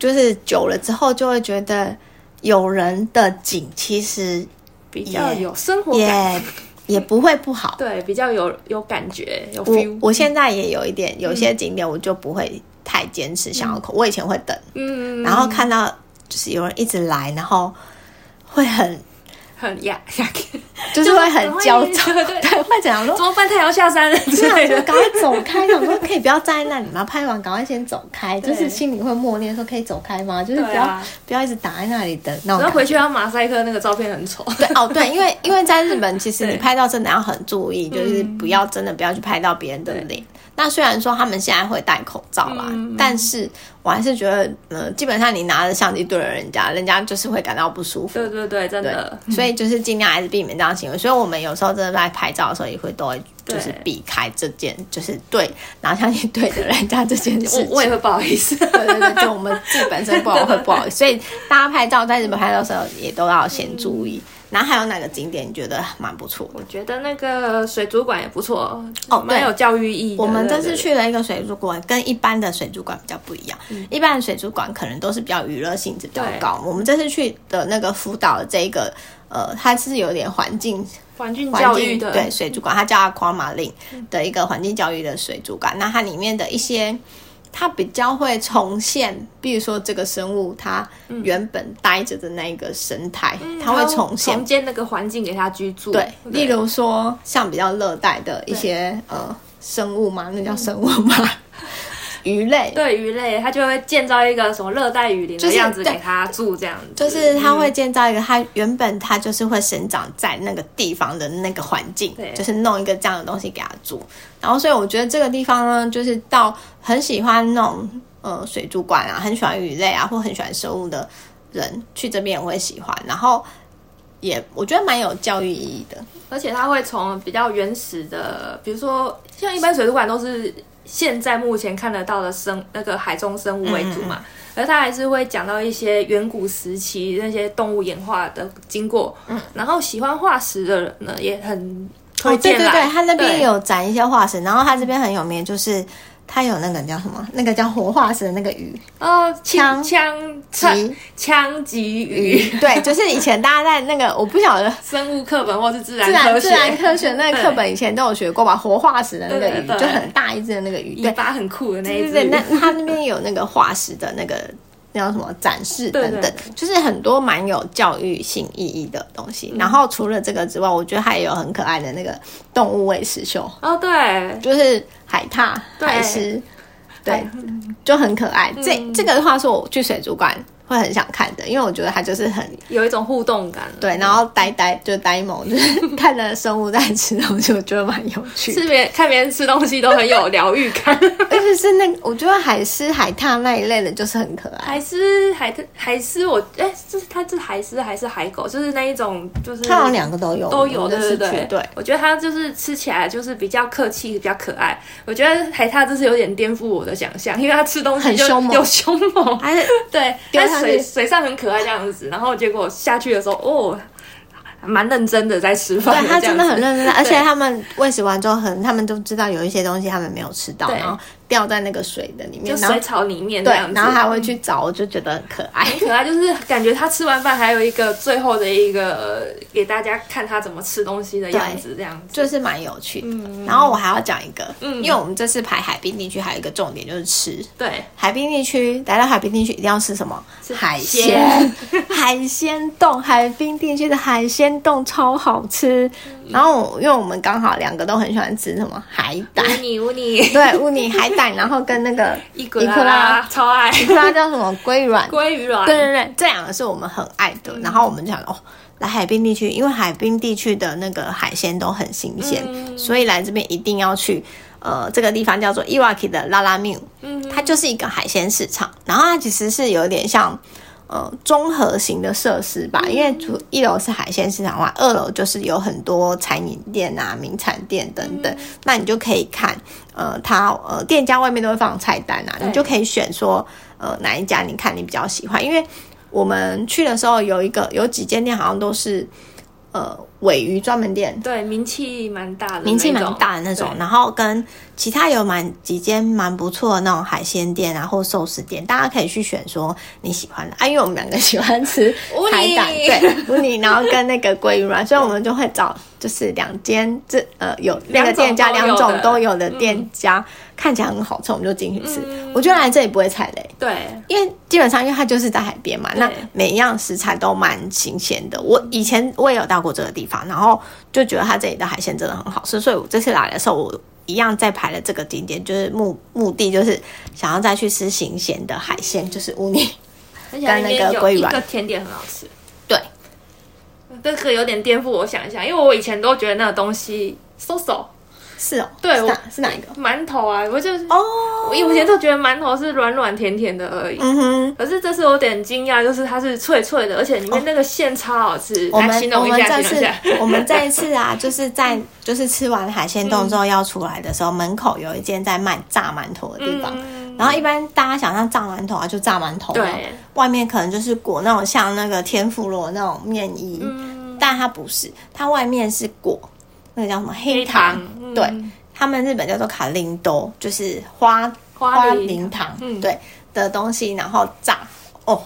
Speaker 1: 就是久了之后，就会觉得有人的景其实
Speaker 2: 比较有生活感，
Speaker 1: 也也不会不好。
Speaker 2: 对，比较有有感觉，有
Speaker 1: 我
Speaker 2: feel。嗯
Speaker 1: 我现在也有一点，有些景点我就不会太坚持想要空。我以前会等，
Speaker 2: 嗯，
Speaker 1: 然后看到就是有人一直来，然后会很
Speaker 2: 很呀 呀，
Speaker 1: 就是会很焦躁，
Speaker 2: 赶快对
Speaker 1: 对，会怎样说
Speaker 2: 怎？么办？太阳下山了之
Speaker 1: 这样
Speaker 2: 类
Speaker 1: 就
Speaker 2: 的。
Speaker 1: 赶 快走开，想说可以不要站在那里吗？拍完赶快先走开，
Speaker 2: 对
Speaker 1: 就是心里会默念说可以走开吗？就是不
Speaker 2: 对
Speaker 1: 要、
Speaker 2: 啊
Speaker 1: 不要一直挡在那里等那种感
Speaker 2: 然后
Speaker 1: 觉。
Speaker 2: 回去要马赛克那个照片很丑，
Speaker 1: 对哦，对，因 为因为在日本，其实
Speaker 2: 对嗯
Speaker 1: 你拍照真的要很注意，就是不要真的不要去拍到别人的脸。那虽然说他们现在会戴口罩啦，
Speaker 2: 嗯
Speaker 1: 但是我还是觉得，呃，基本上你拿着相机对着人家，人家就是会感到不舒服。
Speaker 2: 对对对，真
Speaker 1: 对
Speaker 2: 的，
Speaker 1: 所以就是尽量还是避免这样的行为。所以我们有时候真的在拍照的时候，也会都会就是
Speaker 2: 对
Speaker 1: 避开这件，就是对拿相机对着人家这件事
Speaker 2: 我
Speaker 1: 情。
Speaker 2: 我也会不好意思。
Speaker 1: 对对对，就我们自己本身不好会不好，所以大家拍照在日本拍照的时候也都要先注意。然后还有哪个景点你觉得蛮不错的？
Speaker 2: 我觉得那个水族馆也不错，
Speaker 1: 哦
Speaker 2: 蛮
Speaker 1: 对
Speaker 2: 有教育意义的。
Speaker 1: 我们这次
Speaker 2: 对，
Speaker 1: 去了一个水族馆，跟一般的水族馆比较不一样。一般的水族馆可能都是比较娱乐性质比较
Speaker 2: 对
Speaker 1: 高，我们这次去的那个福岛的这一个，呃，它是有点环境
Speaker 2: 对环境
Speaker 1: 环
Speaker 2: 教
Speaker 1: 境
Speaker 2: 育的，嗯
Speaker 1: 对水族馆，它叫 Aquamarine 的一个环境教育的水族馆。那它里面的一些它比较会重现，比如说这个生物它原本待着的那一个生态，它会重现。
Speaker 2: 嗯重建那个环境给它居住。
Speaker 1: 对，例如说像比较热带的一些呃生物嘛，那叫生物嘛， 鱼类，
Speaker 2: 对鱼类，它就会建造一个什么热带雨林
Speaker 1: 就
Speaker 2: 的
Speaker 1: 是
Speaker 2: 样子
Speaker 1: 对
Speaker 2: 给它住，这样子。
Speaker 1: 就是它会建造一个它原本它就是会生长在那个地方的那个环境
Speaker 2: 对，
Speaker 1: 就是弄一个这样的东西给它住。然后，所以我觉得这个地方呢，就是到很喜欢那种呃水族馆啊，很喜欢鱼类啊，或很喜欢生物的人去这边也会喜欢。然后也我觉得蛮有教育意义的，
Speaker 2: 而且它会从比较原始的，比如说像一般水族馆都是现在目前看得到的生那个海中生物为主
Speaker 1: 嗯
Speaker 2: 嘛，而它还是会讲到一些远古时期那些动物演化的经过。嗯，然后喜欢化石的人呢也很推
Speaker 1: 哦，对
Speaker 2: 荐
Speaker 1: 对
Speaker 2: 啦。
Speaker 1: 对，它那边
Speaker 2: 对
Speaker 1: 有展一些化石，然后它这边很有名，就是它有那个叫什么，那个叫活化石的那个鱼，
Speaker 2: 呃
Speaker 1: 枪
Speaker 2: 枪枪
Speaker 1: 鲫
Speaker 2: 枪击鱼
Speaker 1: 鱼，对，就是以前大家在那个我不晓得
Speaker 2: 生物课本或是自然
Speaker 1: 自
Speaker 2: 科
Speaker 1: 然
Speaker 2: 学
Speaker 1: 自然科学那个课本以前都有学过吧，活化石的那个
Speaker 2: 对
Speaker 1: 鱼，
Speaker 2: 对对
Speaker 1: 就很大一只的那个鱼，
Speaker 2: 尾
Speaker 1: 对
Speaker 2: 巴很酷的那一
Speaker 1: 对
Speaker 2: 只，
Speaker 1: 对，那它那边有那个化石的那个。那叫什么展示等
Speaker 2: 对
Speaker 1: 等，
Speaker 2: 对
Speaker 1: 就是很多蛮有教育性意义的东
Speaker 2: 嗯
Speaker 1: 西。然后除了这个之外，我觉得还有很可爱的那个动物喂食秀，
Speaker 2: 哦对，
Speaker 1: 就是海獭、
Speaker 2: 对
Speaker 1: 海狮，对，就很可爱。
Speaker 2: 嗯
Speaker 1: 这这个的话是我去水族馆会很想看的，因为我觉得它就是很
Speaker 2: 有一种互动感，
Speaker 1: 对，然后呆呆就呆萌，就是 看着生物在吃东西，我觉得蛮有趣的。
Speaker 2: 吃别看别人吃东西都很有疗愈感。
Speaker 1: 而且是那我觉得海狮、海獭那一类的，就是很可爱。
Speaker 2: 海狮、海特、海狮，我哎、这是它这是海狮还是海狗？就是那一种，就是
Speaker 1: 它好像两个都有，
Speaker 2: 都有，
Speaker 1: 的
Speaker 2: 对对
Speaker 1: 是
Speaker 2: 对
Speaker 1: 去对。
Speaker 2: 我觉得它就是吃起来就是比较客气，比较可爱。我觉得海獭这是有点颠覆我的想象，因为它吃东西
Speaker 1: 很
Speaker 2: 就
Speaker 1: 凶猛
Speaker 2: 有凶 猛，
Speaker 1: 还是
Speaker 2: 对，
Speaker 1: 丢
Speaker 2: 它
Speaker 1: 下去
Speaker 2: 水水上很可爱这样子，然后结果下去的时候，哦，蛮认真的在吃饭，
Speaker 1: 对它真的很。认真，而且
Speaker 2: 对
Speaker 1: 他们喂食完之后很，他们都知道有一些东西他们没有吃到，
Speaker 2: 对
Speaker 1: 然后掉在那个水的里面
Speaker 2: 就，
Speaker 1: 然后
Speaker 2: 水草里面这
Speaker 1: 对
Speaker 2: 样，子，
Speaker 1: 然后还会去找，我就觉得很可爱。
Speaker 2: 很可爱，就是感觉他吃完饭还有一个最后的一个、呃给大家看他怎么吃东西的样子，这样子。
Speaker 1: 就是蛮有趣的。
Speaker 2: 嗯
Speaker 1: 然后我还要讲一个，因为我们这次排海滨地区还有一个重点就是吃。
Speaker 2: 对，
Speaker 1: 海滨地区来到海滨地区一定要吃什么？海鲜
Speaker 2: 鲜，
Speaker 1: 海鲜冻。海滨地区的海鲜冻超好吃。然后我因为我们刚好两个都很喜欢吃什么海胆，
Speaker 2: 乌尼 乌尼，
Speaker 1: 对，乌尼海胆，然后跟那 个
Speaker 2: 伊古
Speaker 1: 伊古拉
Speaker 2: 拉超爱
Speaker 1: 不知道叫什么龟卵，
Speaker 2: 鲑鱼卵，
Speaker 1: 对对对，这两个是我们很爱的。然后我们就想哦，来海滨地区，因为海滨地区的那个海鲜都很新鲜，所以来这边一定要去。呃，这个地方叫做伊瓦基的拉拉缪，它就是一个海鲜市场。然后它其实是有点像呃综合型的设施吧，因为主一楼是海鲜市场外，二楼就是有很多餐饮店啊、名产店等等。那你就可以看，呃，它呃店家外面都会放菜单啊，
Speaker 2: 对
Speaker 1: 你就可以选说呃哪一家你看你比较喜欢，因为我们去的时候有一个有几间店好像都是呃尾鱼专门店，
Speaker 2: 对名气蛮大的那种，
Speaker 1: 名气蛮大的那种，然后跟其他有蛮几间蛮不错的那种海鲜店啊，或寿司店，大家可以去选说你喜欢的啊，因为我们两个喜欢吃
Speaker 2: 乌
Speaker 1: 海
Speaker 2: 尼
Speaker 1: 胆，对，乌尼，然后跟那个鲑鱼卵，所以我们就会找就是两间这呃有那个
Speaker 2: 两种
Speaker 1: 店家
Speaker 2: 都有的
Speaker 1: 两
Speaker 2: 嗯
Speaker 1: 种都有的店家，看起来很好吃，我们就进去吃。我觉得来这里不会踩雷，
Speaker 2: 对。
Speaker 1: 因为基本上因为它就是在海边嘛，
Speaker 2: 对
Speaker 1: 那每一样食材都蛮新鲜的。我以前我也有到过这个地方，然后就觉得它这里的海鲜真的很好吃，所以我这次来的时候，我一样在排了这个景点，就是目目的就是想要再去吃新鲜的海鲜，就是乌尼。
Speaker 2: 而且它里面
Speaker 1: 跟那个鲑
Speaker 2: 有
Speaker 1: 鱼
Speaker 2: 一
Speaker 1: 卵
Speaker 2: 个甜点很好吃，
Speaker 1: 对，
Speaker 2: 这个有点颠覆我想象，因为我以前都觉得那个东西 so so
Speaker 1: 是哦，
Speaker 2: 对
Speaker 1: 是
Speaker 2: 我
Speaker 1: 哪是哪一个？
Speaker 2: 馒头啊，我就是
Speaker 1: 哦，
Speaker 2: 我以前都觉得馒头是软软甜甜的而已，
Speaker 1: 嗯哼。
Speaker 2: 可是这次我有点惊讶，就是它是脆脆的，而且里面那个馅超好吃。
Speaker 1: 哦我
Speaker 2: 来
Speaker 1: 们
Speaker 2: 形
Speaker 1: 我
Speaker 2: 容一
Speaker 1: 们
Speaker 2: 下，
Speaker 1: 这
Speaker 2: 嗯形容一
Speaker 1: 次
Speaker 2: 下。
Speaker 1: 我们这一次啊，就是 在就是吃完海鲜冻之
Speaker 2: 嗯
Speaker 1: 后要出来的时候，门口有一间在卖炸馒头的地方，
Speaker 2: 嗯，
Speaker 1: 然后一般大家想象炸馒头啊，就炸馒头嘛，
Speaker 2: 对
Speaker 1: 外面可能就是裹那种像那个天妇罗那种面衣，
Speaker 2: 嗯
Speaker 1: 但它不是，它外面是裹那个叫什么黑
Speaker 2: 黑
Speaker 1: 糖，
Speaker 2: 糖嗯
Speaker 1: 对他们日本叫做卡林多，就是花
Speaker 2: 花梨
Speaker 1: 梨糖，
Speaker 2: 嗯
Speaker 1: 对的东西，然后炸哦。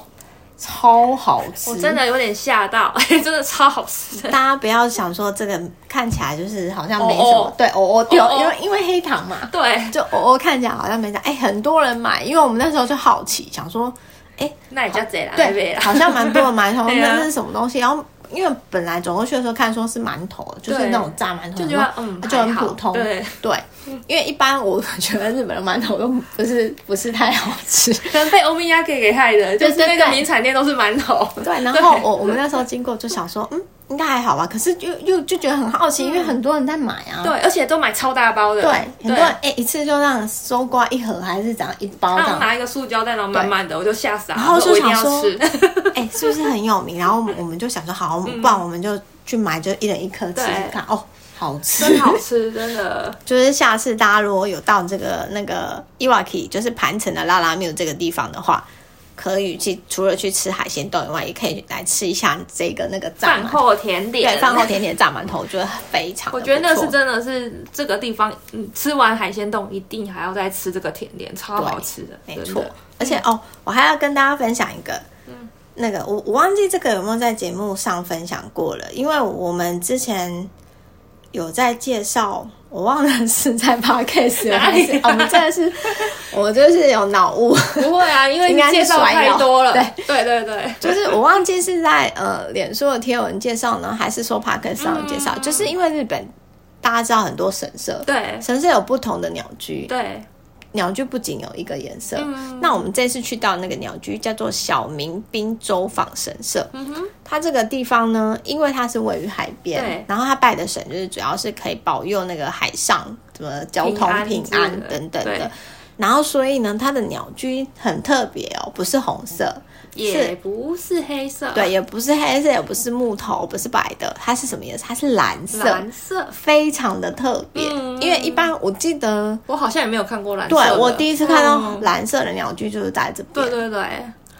Speaker 3: 超好吃，
Speaker 2: 我真的有点吓到， 真的超好吃的。
Speaker 1: 大家不要想说这个看起来就是好像没什么，
Speaker 2: 哦哦
Speaker 1: 对，哦哦掉，
Speaker 2: 哦哦
Speaker 1: 因为因为黑糖嘛，
Speaker 2: 对，
Speaker 1: 就哦哦看起来好像没啥，哎、很多人买，因为我们那时候就好奇，想说
Speaker 2: 那也叫贼啦，
Speaker 1: 对，
Speaker 2: 啦，
Speaker 1: 好像蛮多人 买，想说
Speaker 2: 对
Speaker 1: 那
Speaker 2: 啊
Speaker 1: 那是什么东西，然后。因为本来走过去的时候看说是馒头，就是
Speaker 2: 对
Speaker 1: 那种炸馒头，
Speaker 2: 就觉
Speaker 1: 然
Speaker 2: 得
Speaker 1: 后
Speaker 2: 嗯
Speaker 1: 就很
Speaker 2: 还好
Speaker 1: 普通。
Speaker 2: 对，
Speaker 1: 对，因为一般我觉得日本的馒头都不是不是太好 吃。
Speaker 2: 可能被欧米亚给给害的，就是
Speaker 1: 对对
Speaker 2: 那个
Speaker 1: 对
Speaker 2: 名产店都是馒头。
Speaker 1: 对，然后我我们那时候经过就想说，嗯，应该还好吧，可是又又就觉得很好奇，因为很多人在买啊。
Speaker 2: 嗯对，而且都买超大包的，
Speaker 1: 对，很多人哎、一次就让收刮一盒，还是怎样一包这
Speaker 2: 然后
Speaker 1: 样？
Speaker 2: 拿一个塑胶袋，然后满满的，我就吓傻了，
Speaker 1: 然后就
Speaker 2: 我一定
Speaker 1: 想
Speaker 2: 要
Speaker 1: 说
Speaker 2: 吃。
Speaker 1: 哎、是不是很有名？然后我们我们就想说，好，不然我们就去买，就一人一颗吃吃
Speaker 2: 嗯对
Speaker 1: 看。哦，好吃，
Speaker 2: 真好吃，真的。
Speaker 1: 就是下次大家如果有到这个那个伊瓦 i 就是盘城的拉拉缪这个地方的话，可以去除了去吃海鲜冻以外，也可以来吃一下这个那个炸
Speaker 2: 饭
Speaker 1: 馒头。
Speaker 2: 后甜点，
Speaker 1: 对，饭后甜点炸馒头，我觉得非常的
Speaker 2: 我觉得那
Speaker 1: 不
Speaker 2: 是
Speaker 1: 错
Speaker 2: 真的是这个地方，嗯，吃完海鲜冻一定还要再吃这个甜点，超好吃的，
Speaker 1: 没
Speaker 2: 真的嗯
Speaker 1: 错。而且哦，我还要跟大家分享一个，那个我我忘记这个有没有在节目上分享过了，因为我们之前有在介绍，我忘了是在 podcast 有
Speaker 2: 哪
Speaker 1: 还
Speaker 2: 里啊
Speaker 1: 是、哦、我们真的 是我就是有脑雾，
Speaker 2: 不会啊，因为
Speaker 1: 应该是
Speaker 2: 介绍
Speaker 1: 甩
Speaker 2: 太
Speaker 1: 脑
Speaker 2: 多了，
Speaker 1: 对
Speaker 2: 对 对对，
Speaker 1: 就是我忘记是在呃脸书的贴文介绍呢，还是说 podcast 上有介绍，就是因为日本大家知道很多神社，
Speaker 2: 嗯对
Speaker 1: 神社有不同的鸟居，
Speaker 2: 对，
Speaker 1: 鸟居不仅有一个颜色，
Speaker 2: 嗯
Speaker 1: 那我们这次去到那个鸟居叫做小明滨州访神社，
Speaker 2: 嗯
Speaker 1: 它这个地方呢，因为它是位于海边
Speaker 2: 对，
Speaker 1: 然后它拜的神就是主要是可以保佑那个海上什么交通平
Speaker 2: 平安
Speaker 1: 安
Speaker 2: 之类的
Speaker 1: 等等
Speaker 2: 对
Speaker 1: 的，然后所以呢，它的鸟居很特别哦，不是红色，
Speaker 2: 也不是黑色，
Speaker 1: 对，，也不是黑色，也不是木头，不是白的，它是什么颜色？它是蓝色，
Speaker 2: 蓝色，
Speaker 1: 非常的特别，
Speaker 2: 嗯
Speaker 1: 因为一般我记得。
Speaker 2: 我好像也没有看过蓝色的，
Speaker 1: 对我第一次看到
Speaker 2: 嗯
Speaker 1: 蓝色的鸟居就是在这边，
Speaker 2: 对对对，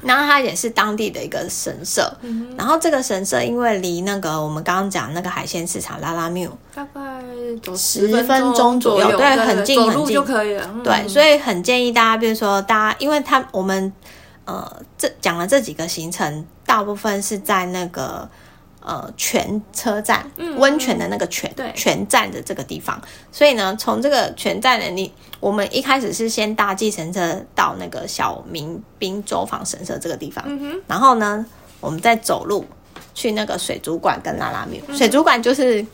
Speaker 1: 然后它也是当地的一个神社，
Speaker 2: 嗯
Speaker 1: 然后这个神社因为离那个我们刚刚讲那个海鲜市场拉拉缪，
Speaker 2: 大概走
Speaker 1: 10
Speaker 2: 10
Speaker 1: 分钟左
Speaker 2: 左
Speaker 1: 右对
Speaker 2: 对，
Speaker 1: 很近
Speaker 2: 走
Speaker 1: 很
Speaker 2: 路
Speaker 1: 近
Speaker 2: 就可以了，嗯
Speaker 1: 对，所以很建议大家，比如说大家，因为他我们呃这讲了这几个行程，大部分是在那个呃泉车站，温泉的那个泉
Speaker 2: 嗯对
Speaker 1: 泉站的这个地方，所以呢，从这个泉站的你，我们一开始是先搭计程车到那个小民兵州防神社这个地方，
Speaker 2: 嗯
Speaker 1: 然后呢，我们再走路去那个水族馆跟拉拉缪，
Speaker 2: 嗯
Speaker 1: 水族馆就是。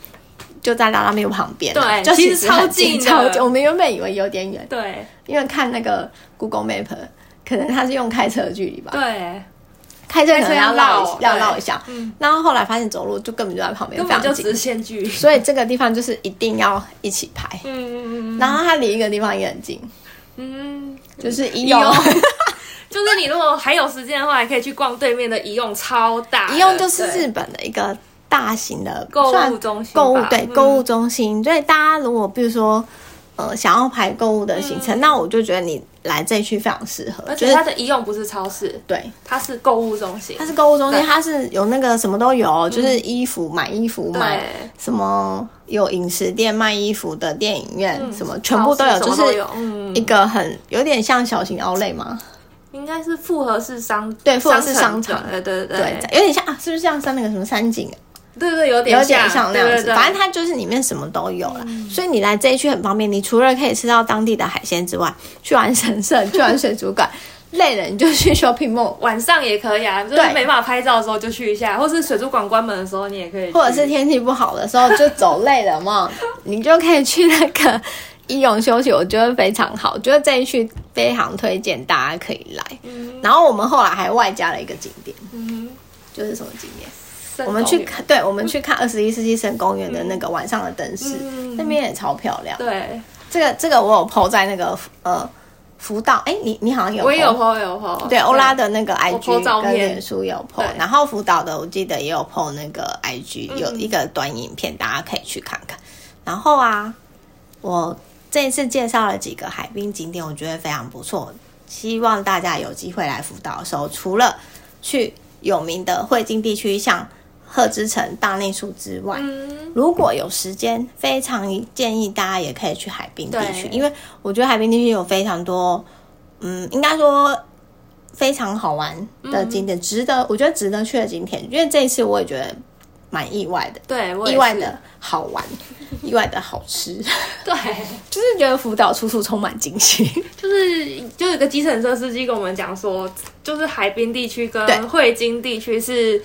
Speaker 1: 就在拉拉缪旁边啊，
Speaker 2: 对
Speaker 1: 就
Speaker 2: 其实
Speaker 1: 很
Speaker 2: 超
Speaker 1: 近，
Speaker 2: 近的
Speaker 1: 超近。我们原本以为有点远，
Speaker 2: 对
Speaker 1: 因为看那个 Google Map，可能他是用开车的距离吧，
Speaker 2: 对，
Speaker 1: 开车可能要绕一
Speaker 2: 开车
Speaker 1: 要
Speaker 2: 要绕嗯
Speaker 1: 绕一下。然后后来发现走路就根本就在旁边，
Speaker 2: 根
Speaker 1: 非
Speaker 2: 本就
Speaker 1: 常
Speaker 2: 直
Speaker 1: 近。
Speaker 2: 线距离，
Speaker 1: 所以这个地方就是一定要一起排。
Speaker 2: 嗯嗯嗯
Speaker 1: 然后它离一个地方也很近，
Speaker 2: 嗯，
Speaker 1: 就是一
Speaker 2: 有
Speaker 1: 用。
Speaker 2: 就是你如果还有时间的话，还可以去逛对面的宜用，超大的，
Speaker 1: 一用就是
Speaker 2: 对
Speaker 1: 日本的一个大型的
Speaker 2: 购物
Speaker 1: 算
Speaker 2: 中心吧
Speaker 1: 购物对
Speaker 2: 嗯
Speaker 1: 购物中心。所以大家如果比如说呃想要排购物的行程，那我就觉得你来这一区非常适合，
Speaker 2: 嗯而
Speaker 1: 就
Speaker 2: 且
Speaker 1: 是
Speaker 2: 它的宜用不是超市，
Speaker 1: 对
Speaker 2: 它是购物中心
Speaker 1: 它。是购物中心，
Speaker 2: 对嗯
Speaker 1: 它是有那个什么都有，就是衣服、买衣服、买什么有饮食店卖衣服的电影院，什么全部都有，
Speaker 2: 嗯超市
Speaker 1: 就
Speaker 2: 什么都
Speaker 1: 是
Speaker 2: 有，嗯，
Speaker 1: 一个很有点像小型 Outlet 嘛，
Speaker 2: 应该是复合式商
Speaker 1: 对复合式商
Speaker 2: 城
Speaker 1: 场
Speaker 2: 对对对
Speaker 1: 对，有点像啊，是不是像像那个什么山景，
Speaker 2: 对对，有点
Speaker 1: 有点像那样
Speaker 2: 对
Speaker 1: 子？
Speaker 2: 对对嗯
Speaker 1: 反正它就是里面什么都有了，所以你来这一区很方便。你除了可以吃到当地的海鲜之外，去玩神社，去玩水族馆， 累了你就去 shopping mall，
Speaker 2: 晚上也可以啊，就是
Speaker 1: 对
Speaker 2: 没办法拍照的时候就去一下，或是水族馆关门的时候你也可以去，
Speaker 1: 或者是天气不好的时候，就走累了嘛， 你就可以去那个医泳休息，我觉得非常好，觉得这一区非常推荐大家可以来。
Speaker 2: 嗯
Speaker 1: 然后我们后来还外加了一个景点，就是什么景点？
Speaker 2: 圣
Speaker 1: 我们去
Speaker 2: 嗯公园
Speaker 1: 看，对，我们去看二十一世纪深公园的那个晚上的灯饰，
Speaker 2: 嗯
Speaker 1: 那边也超漂亮。
Speaker 2: 对，
Speaker 1: 这个这个我有 PO 在那个呃福岛，哎，你你好像有 PO，
Speaker 2: 我也有 PO 有 PO，
Speaker 1: 对欧拉的那个
Speaker 2: 哦我 po 照
Speaker 1: IG 跟
Speaker 2: 片
Speaker 1: 脸书有 PO，
Speaker 2: 对嗯
Speaker 1: 然后辅导的我记得也有 PO 那个 IG 有一个短影片，大家可以去看看。然后啊，我这一次介绍了几个海滨景点，我觉得非常不错，希望大家有机会来辅导的时候，除了去有名的汇金地区，像鹤之城、大内树之外，
Speaker 2: 嗯，
Speaker 1: 如果有时间，非常建议大家也可以去海滨地区，
Speaker 2: 对
Speaker 1: 因为我觉得海滨地区有非常多，嗯，应该说非常好玩的景点，值得我觉得值得去的景点，因为这一次我也觉得蛮意外的，
Speaker 2: 对，我也
Speaker 1: 意外
Speaker 2: 是，
Speaker 1: 的好玩，意外的好吃，
Speaker 2: 对，
Speaker 1: 就是觉得福岛处处充满惊喜。
Speaker 2: 就是就有一个计程车司机跟我们讲说，就是海滨地区
Speaker 1: 对
Speaker 2: 跟汇金地区是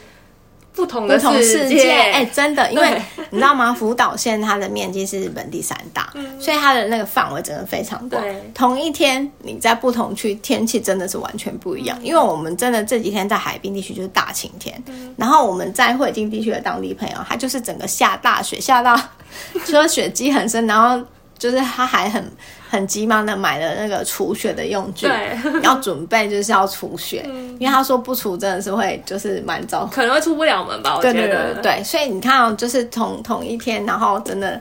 Speaker 2: 不同
Speaker 1: 不
Speaker 2: 的
Speaker 1: 同世
Speaker 2: 界，
Speaker 1: 界，哎、真的，因为
Speaker 2: 对
Speaker 1: 你知道吗？福岛县它的面积是日本第三大，所以它的那个范围真的非常广
Speaker 2: 嗯对。
Speaker 1: 同一天你在不同区，天气真的是完全不一样。
Speaker 2: 嗯
Speaker 1: 因为我们真的这几天在海滨地区就是大晴天，
Speaker 2: 嗯
Speaker 1: 然后我们在惠金地区的当地朋友，他就是整个下大雪，下到 除了雪积很深，然后就是他还很很急忙的买了那个除雪的用具，
Speaker 2: 对嗯
Speaker 1: 要准备就是要除雪，因为他说不除真的是会就是蛮糟糕。
Speaker 2: 可能会出不了门吧，我觉
Speaker 1: 对
Speaker 2: 得。
Speaker 1: 对对对对，所以你看、哦，就是同同一天，然后真的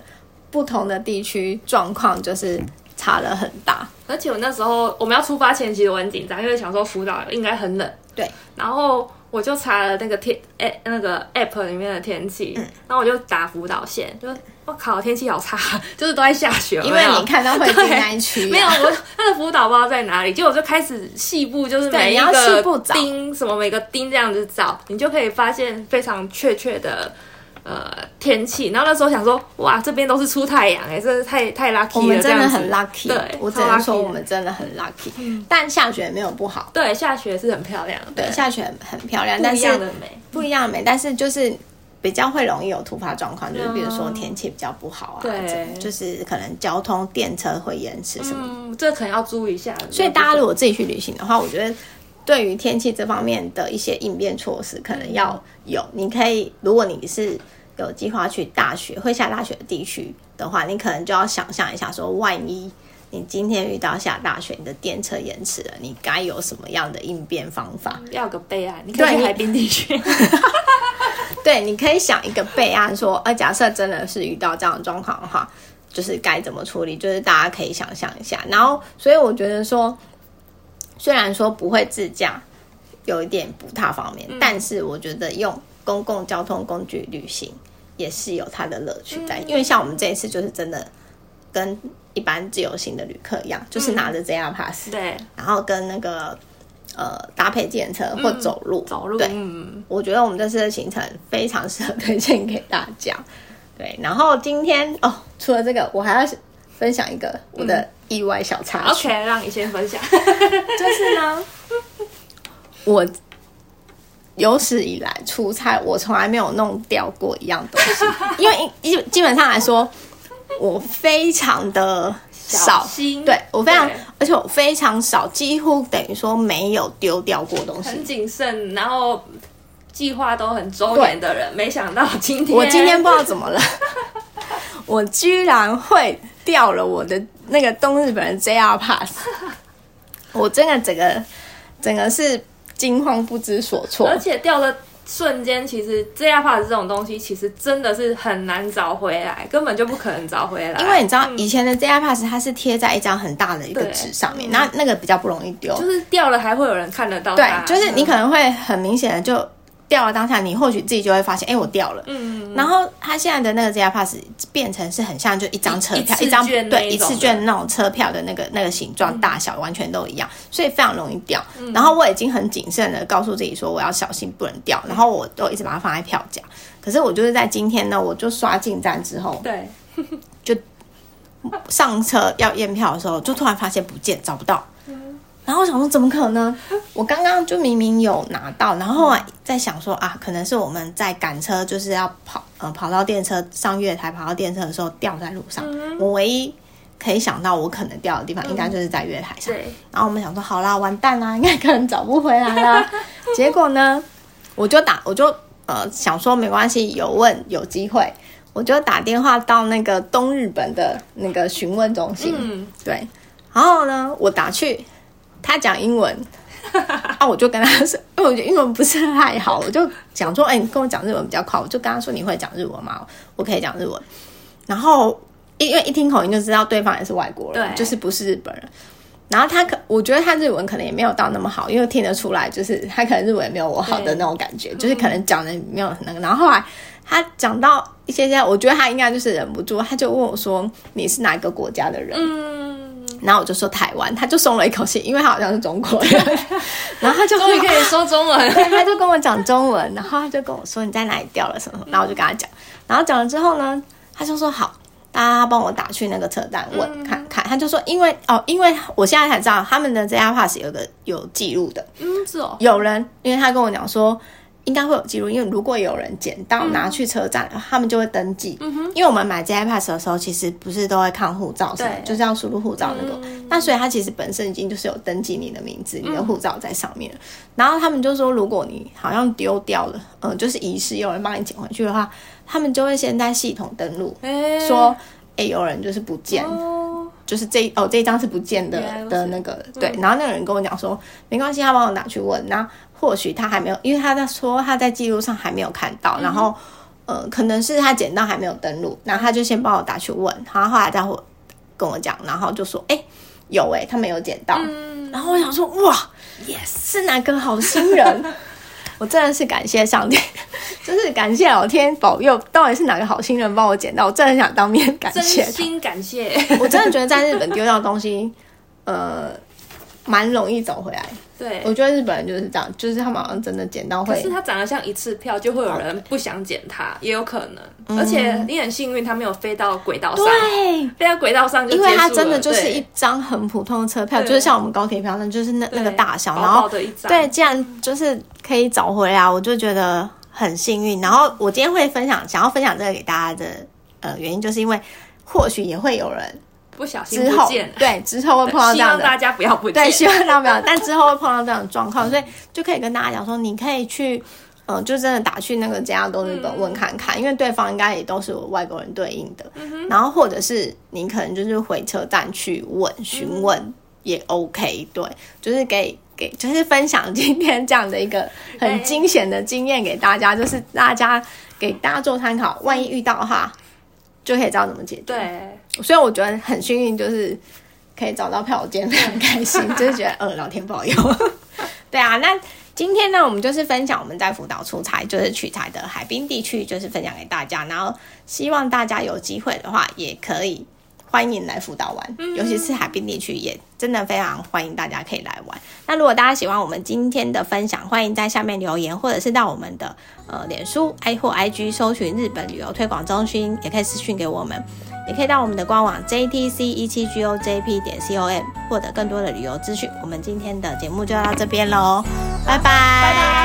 Speaker 1: 不同的地区状况就是差了很大。
Speaker 2: 而且我那时候我们要出发前，其实我很紧张，因为想说福岛应该很冷。
Speaker 1: 对。
Speaker 2: 然后我就查了那个天哎、那个 app 里面的天气，
Speaker 1: 嗯
Speaker 2: 然后我就打福岛县，就我靠，天气好差， 就是都在下雪。
Speaker 1: 因为
Speaker 2: 有没有
Speaker 1: 你看到会进
Speaker 2: 对
Speaker 1: 那一区、啊
Speaker 2: 没有，我他的辅导不知道在哪里，结果我就开始细部，就是
Speaker 1: 对
Speaker 2: 每
Speaker 1: 你
Speaker 2: 一
Speaker 1: 要细部
Speaker 2: 个
Speaker 1: 找
Speaker 2: 钉什么每个钉这样子找，你就可以发现非常确切的呃天气。然后那时候想说，哇，这边都是出太阳哎、真是太太 lucky 了，
Speaker 1: 我们真
Speaker 2: 这
Speaker 1: 的
Speaker 2: 样子
Speaker 1: 很 lucky，
Speaker 2: 对，
Speaker 1: 我只
Speaker 2: 超
Speaker 1: 能
Speaker 2: lucky 嗯
Speaker 1: 说我
Speaker 2: 的
Speaker 1: 们真的很 lucky。但下雪没有不好，
Speaker 2: 对下雪是很漂亮的，
Speaker 1: 对，下雪很漂亮，
Speaker 2: 不
Speaker 1: 但
Speaker 2: 一
Speaker 1: 是
Speaker 2: 样的美。
Speaker 1: 不一样的美，但是就是比较会容易有突发状况，就是比如说
Speaker 2: 嗯
Speaker 1: 天气比较不好啊，
Speaker 2: 对
Speaker 1: 这就是可能交通电车会延迟什么的
Speaker 2: 嗯，这可能要注意一下。
Speaker 1: 所以大家如果自己去旅行的话，我觉得对于天气这方面的一些应变措施，可能要有。你可以，如果你是有计划去大雪会下大雪的地区的话，你可能就要想象一下，说万一你今天遇到下大雪，你的电车延迟了，你该有什么样的应变方法？
Speaker 2: 要有个备案，你可
Speaker 1: 对
Speaker 2: 以去
Speaker 1: 你
Speaker 2: 海滨地 区。
Speaker 1: 对，你可以想一个备案，说，呃，假设真的是遇到这样的状况的话，就是该怎么处理，就是大家可以想象一下。然后，所以我觉得说，虽然说不会自驾有一点不太方
Speaker 2: 嗯
Speaker 1: 便，但是我觉得用公共交通工具旅行也是有它的乐趣在，
Speaker 2: 嗯
Speaker 1: 因为像我们这一次就是真的跟一般自由行的旅客一样，就是
Speaker 2: 嗯
Speaker 1: 拿着 JR Pass，、
Speaker 2: 对，
Speaker 1: 然后跟那个呃搭配计程车或走路，
Speaker 2: 走路。
Speaker 1: 对。
Speaker 2: 嗯，
Speaker 1: 我觉得我们这次的行程非常适合推荐给大家。对，然后今天哦，除了这个，我还要分享一个我的意外小插曲，
Speaker 2: OK，让你先分享。
Speaker 1: 就是呢，我有史以来出差，我从来没有弄掉过一样东西，因为一基本上来说，我非常的
Speaker 2: 小
Speaker 1: 少，
Speaker 2: 心，
Speaker 1: 对我非常
Speaker 2: 对，
Speaker 1: 而且我非常少，几乎等于说没有丢掉过东西
Speaker 2: 很。谨慎，然后计划都很周延的人，没想到今 天
Speaker 1: 我今天不知道怎么了， 我居然会掉了我的那个东日本的 JR Pass，我真的整个整个是惊慌不知所措
Speaker 2: 而。且掉的瞬间，其实 JR Pass 这种东西，其实真的是很难找回来，根本就不可能找回来，
Speaker 1: 因为你知道，以前的 JR Pass 它是贴在一张很大的一个
Speaker 2: 嗯对嗯
Speaker 1: 纸上面，那那个比较不容易丢。
Speaker 2: 就是掉了还会有人看得到
Speaker 1: 对
Speaker 2: 它，，嗯
Speaker 1: 就是你可能会很明显的就掉了当下，你或许自己就会发现，哎、我掉了。
Speaker 2: 嗯，
Speaker 1: 然后它现在的那个 JR Pass 变成是很像就一张车票，
Speaker 2: 一
Speaker 1: 一
Speaker 2: 一次
Speaker 1: 张
Speaker 2: 券那
Speaker 1: 对
Speaker 2: 一
Speaker 1: 一
Speaker 2: 种
Speaker 1: 次券那种车票的那个那个形状、大小完全都一样，所以非常容易掉。
Speaker 2: 嗯
Speaker 1: 然后我已经很谨慎的告诉自己说我要小心不能掉，然后我都一直把它放在票夹。可是我就是在今天呢，我就刷进站之后
Speaker 2: 对，
Speaker 1: 上车要验票的时候，就突然发现不见，找不到。然后我想说，怎么可能？我刚刚就明明有拿到，然后后来在想说啊，可能是我们在赶车，就是要跑呃跑到电车上月台，跑到电车的时候掉在路上。我唯一可以想到我可能掉的地方，应该就是在月台上。
Speaker 2: 对，
Speaker 1: 然后我们想说，好啦，完蛋啦，应 该可能找不回来啦。结果呢，我就打，我就呃想说没关系，有问有机会，我就打电话到那个东日本的那个询问中心，
Speaker 2: 嗯，
Speaker 1: 对。然后呢，我打去，他讲英 文，啊，我就跟他说，因为我觉得英文不是太好，我就想说，哎、你跟我讲日文比较快，我就跟他说你会讲日文吗？我可以讲日文。然后因因为一听口音就知道对方也是外国人，
Speaker 2: 对
Speaker 1: 就是不是日本人。然后他可，我觉得他日文可能也没有到那么好，因为听得出来，就是他可能日文也没有我好的
Speaker 2: 对
Speaker 1: 那种感觉，就是可能讲的没有那个。然后后来他讲到一些些，我觉得他应该就是忍不住，他就问我说：“你是哪一个国家的人？”
Speaker 2: 嗯，
Speaker 1: 然后我就说台湾，他就松了一口气，因为他好像是中国 人，然后他就
Speaker 2: 嗯终于可以说 中文。
Speaker 1: 对，他就跟我讲中文，然后他就跟我说你在哪里掉了什么，然后我就跟他讲，然后讲了之后呢，他就说好，大家帮我打去那个车站
Speaker 2: 嗯
Speaker 1: 问看看，他就说因为哦，因为我现在才知道他们的 JR Pass 有个有记录的，
Speaker 2: 嗯，是哦，
Speaker 1: 有人因为他跟我讲说。应该会有记录，因为如果有人捡到拿去车站，他们就会登记。因为我们买 JR Pass 的时候，其实不是都会看护照什么，
Speaker 2: 对
Speaker 1: 就是要输入护照那个。那所以它其实本身已经就是有登记你的名字，你的护照在上面了。然后他们就说，如果你好像丢掉了，嗯、就是遗失，有人帮你捡回去的话，他们就会先在系统登录，
Speaker 2: 哎，
Speaker 1: 说，哎、有人就是不见，
Speaker 2: 哦，
Speaker 1: 就是这哦这一张是不见的
Speaker 2: 原来如此
Speaker 1: 的那个对。然后那个人跟我讲说，没关系，他帮我拿去问，那或许他还没有，因为他在说他在记录上还没有看到，然后呃，可能是他捡到还没有登录，然后他就先帮我打去问，然后后来再回跟我讲，然后就说，哎、有哎、他们有捡到，
Speaker 2: 嗯，
Speaker 1: 然后我想说，哇，yes，是哪个好心人？ 我真的是感谢上帝， 就是感谢老天保佑。到底是哪个好心人帮我捡到？我真的很想当面感
Speaker 2: 真
Speaker 1: 谢他。
Speaker 2: 心感谢。
Speaker 1: 我真的觉得在日本丢掉东西，呃，蛮容易找回来。
Speaker 2: 对，
Speaker 1: 我觉得日本人就是这样，就是他们好像真的捡到
Speaker 2: 可
Speaker 1: 会
Speaker 2: 是，它长得像一次票，就会有人不想捡它，也有可能。而且你很幸运，它没有飞到轨道上，
Speaker 1: 嗯对，
Speaker 2: 飞到轨道上就
Speaker 1: 因为它
Speaker 2: 结束了
Speaker 1: 真的就是一
Speaker 2: 对
Speaker 1: 张很普通的车票，
Speaker 2: 对
Speaker 1: 就是像我们高铁票那，就是那那个
Speaker 2: 对
Speaker 1: 大小，
Speaker 2: 薄
Speaker 1: 然后
Speaker 2: 薄的一张，
Speaker 1: 对，既然就是可以找回来，我就觉得很幸运。然后我今天会分享，想要分享这个给大家的呃原因，就是因为或许也会有人
Speaker 2: 不小心
Speaker 1: 之
Speaker 2: 不
Speaker 1: 后
Speaker 2: 见了。
Speaker 1: 对之 后会碰到这
Speaker 2: 希
Speaker 1: 样
Speaker 2: 望
Speaker 1: 的
Speaker 2: 大家不要不见
Speaker 1: 对，。希望他没有，但之后会碰到这样的状况，所以就可以跟大家讲说，你可以去，呃，就真的打去那个家都日本问看看，因为对方应该也都是有外国人对应的，然后或者是你可能就是回车站去问询问也 OK，对，就是给。给就是分享今天这样的一个
Speaker 2: 哎
Speaker 1: 很惊险的经验给大家，就是大家给大家做参考，万一遇到的话，就可以知道怎么解决。
Speaker 2: 对，
Speaker 1: 所以我觉得很幸运，就是可以找到票，我今天非常开 心，就是觉得呃，老天保佑。 对啊，那今天呢，我们就是分享我们在福岛出差，就是取材的海滨地区，就是分享给大家。然后希望大家有机会的话，也可以欢迎来福岛玩，尤其是海滨地区，也真的非常欢迎大家可以来玩。那如果大家喜欢我们今天的分享，欢迎在下面留言，或者是到我们的呃脸书 i 或 IG 搜寻日本旅游推广中心，也可以私讯给我们。也可以到我们的官网 jtc 一七 gojp 点 com 获得更多的旅游资讯。我们今天的节目就到这边喽，拜拜。拜拜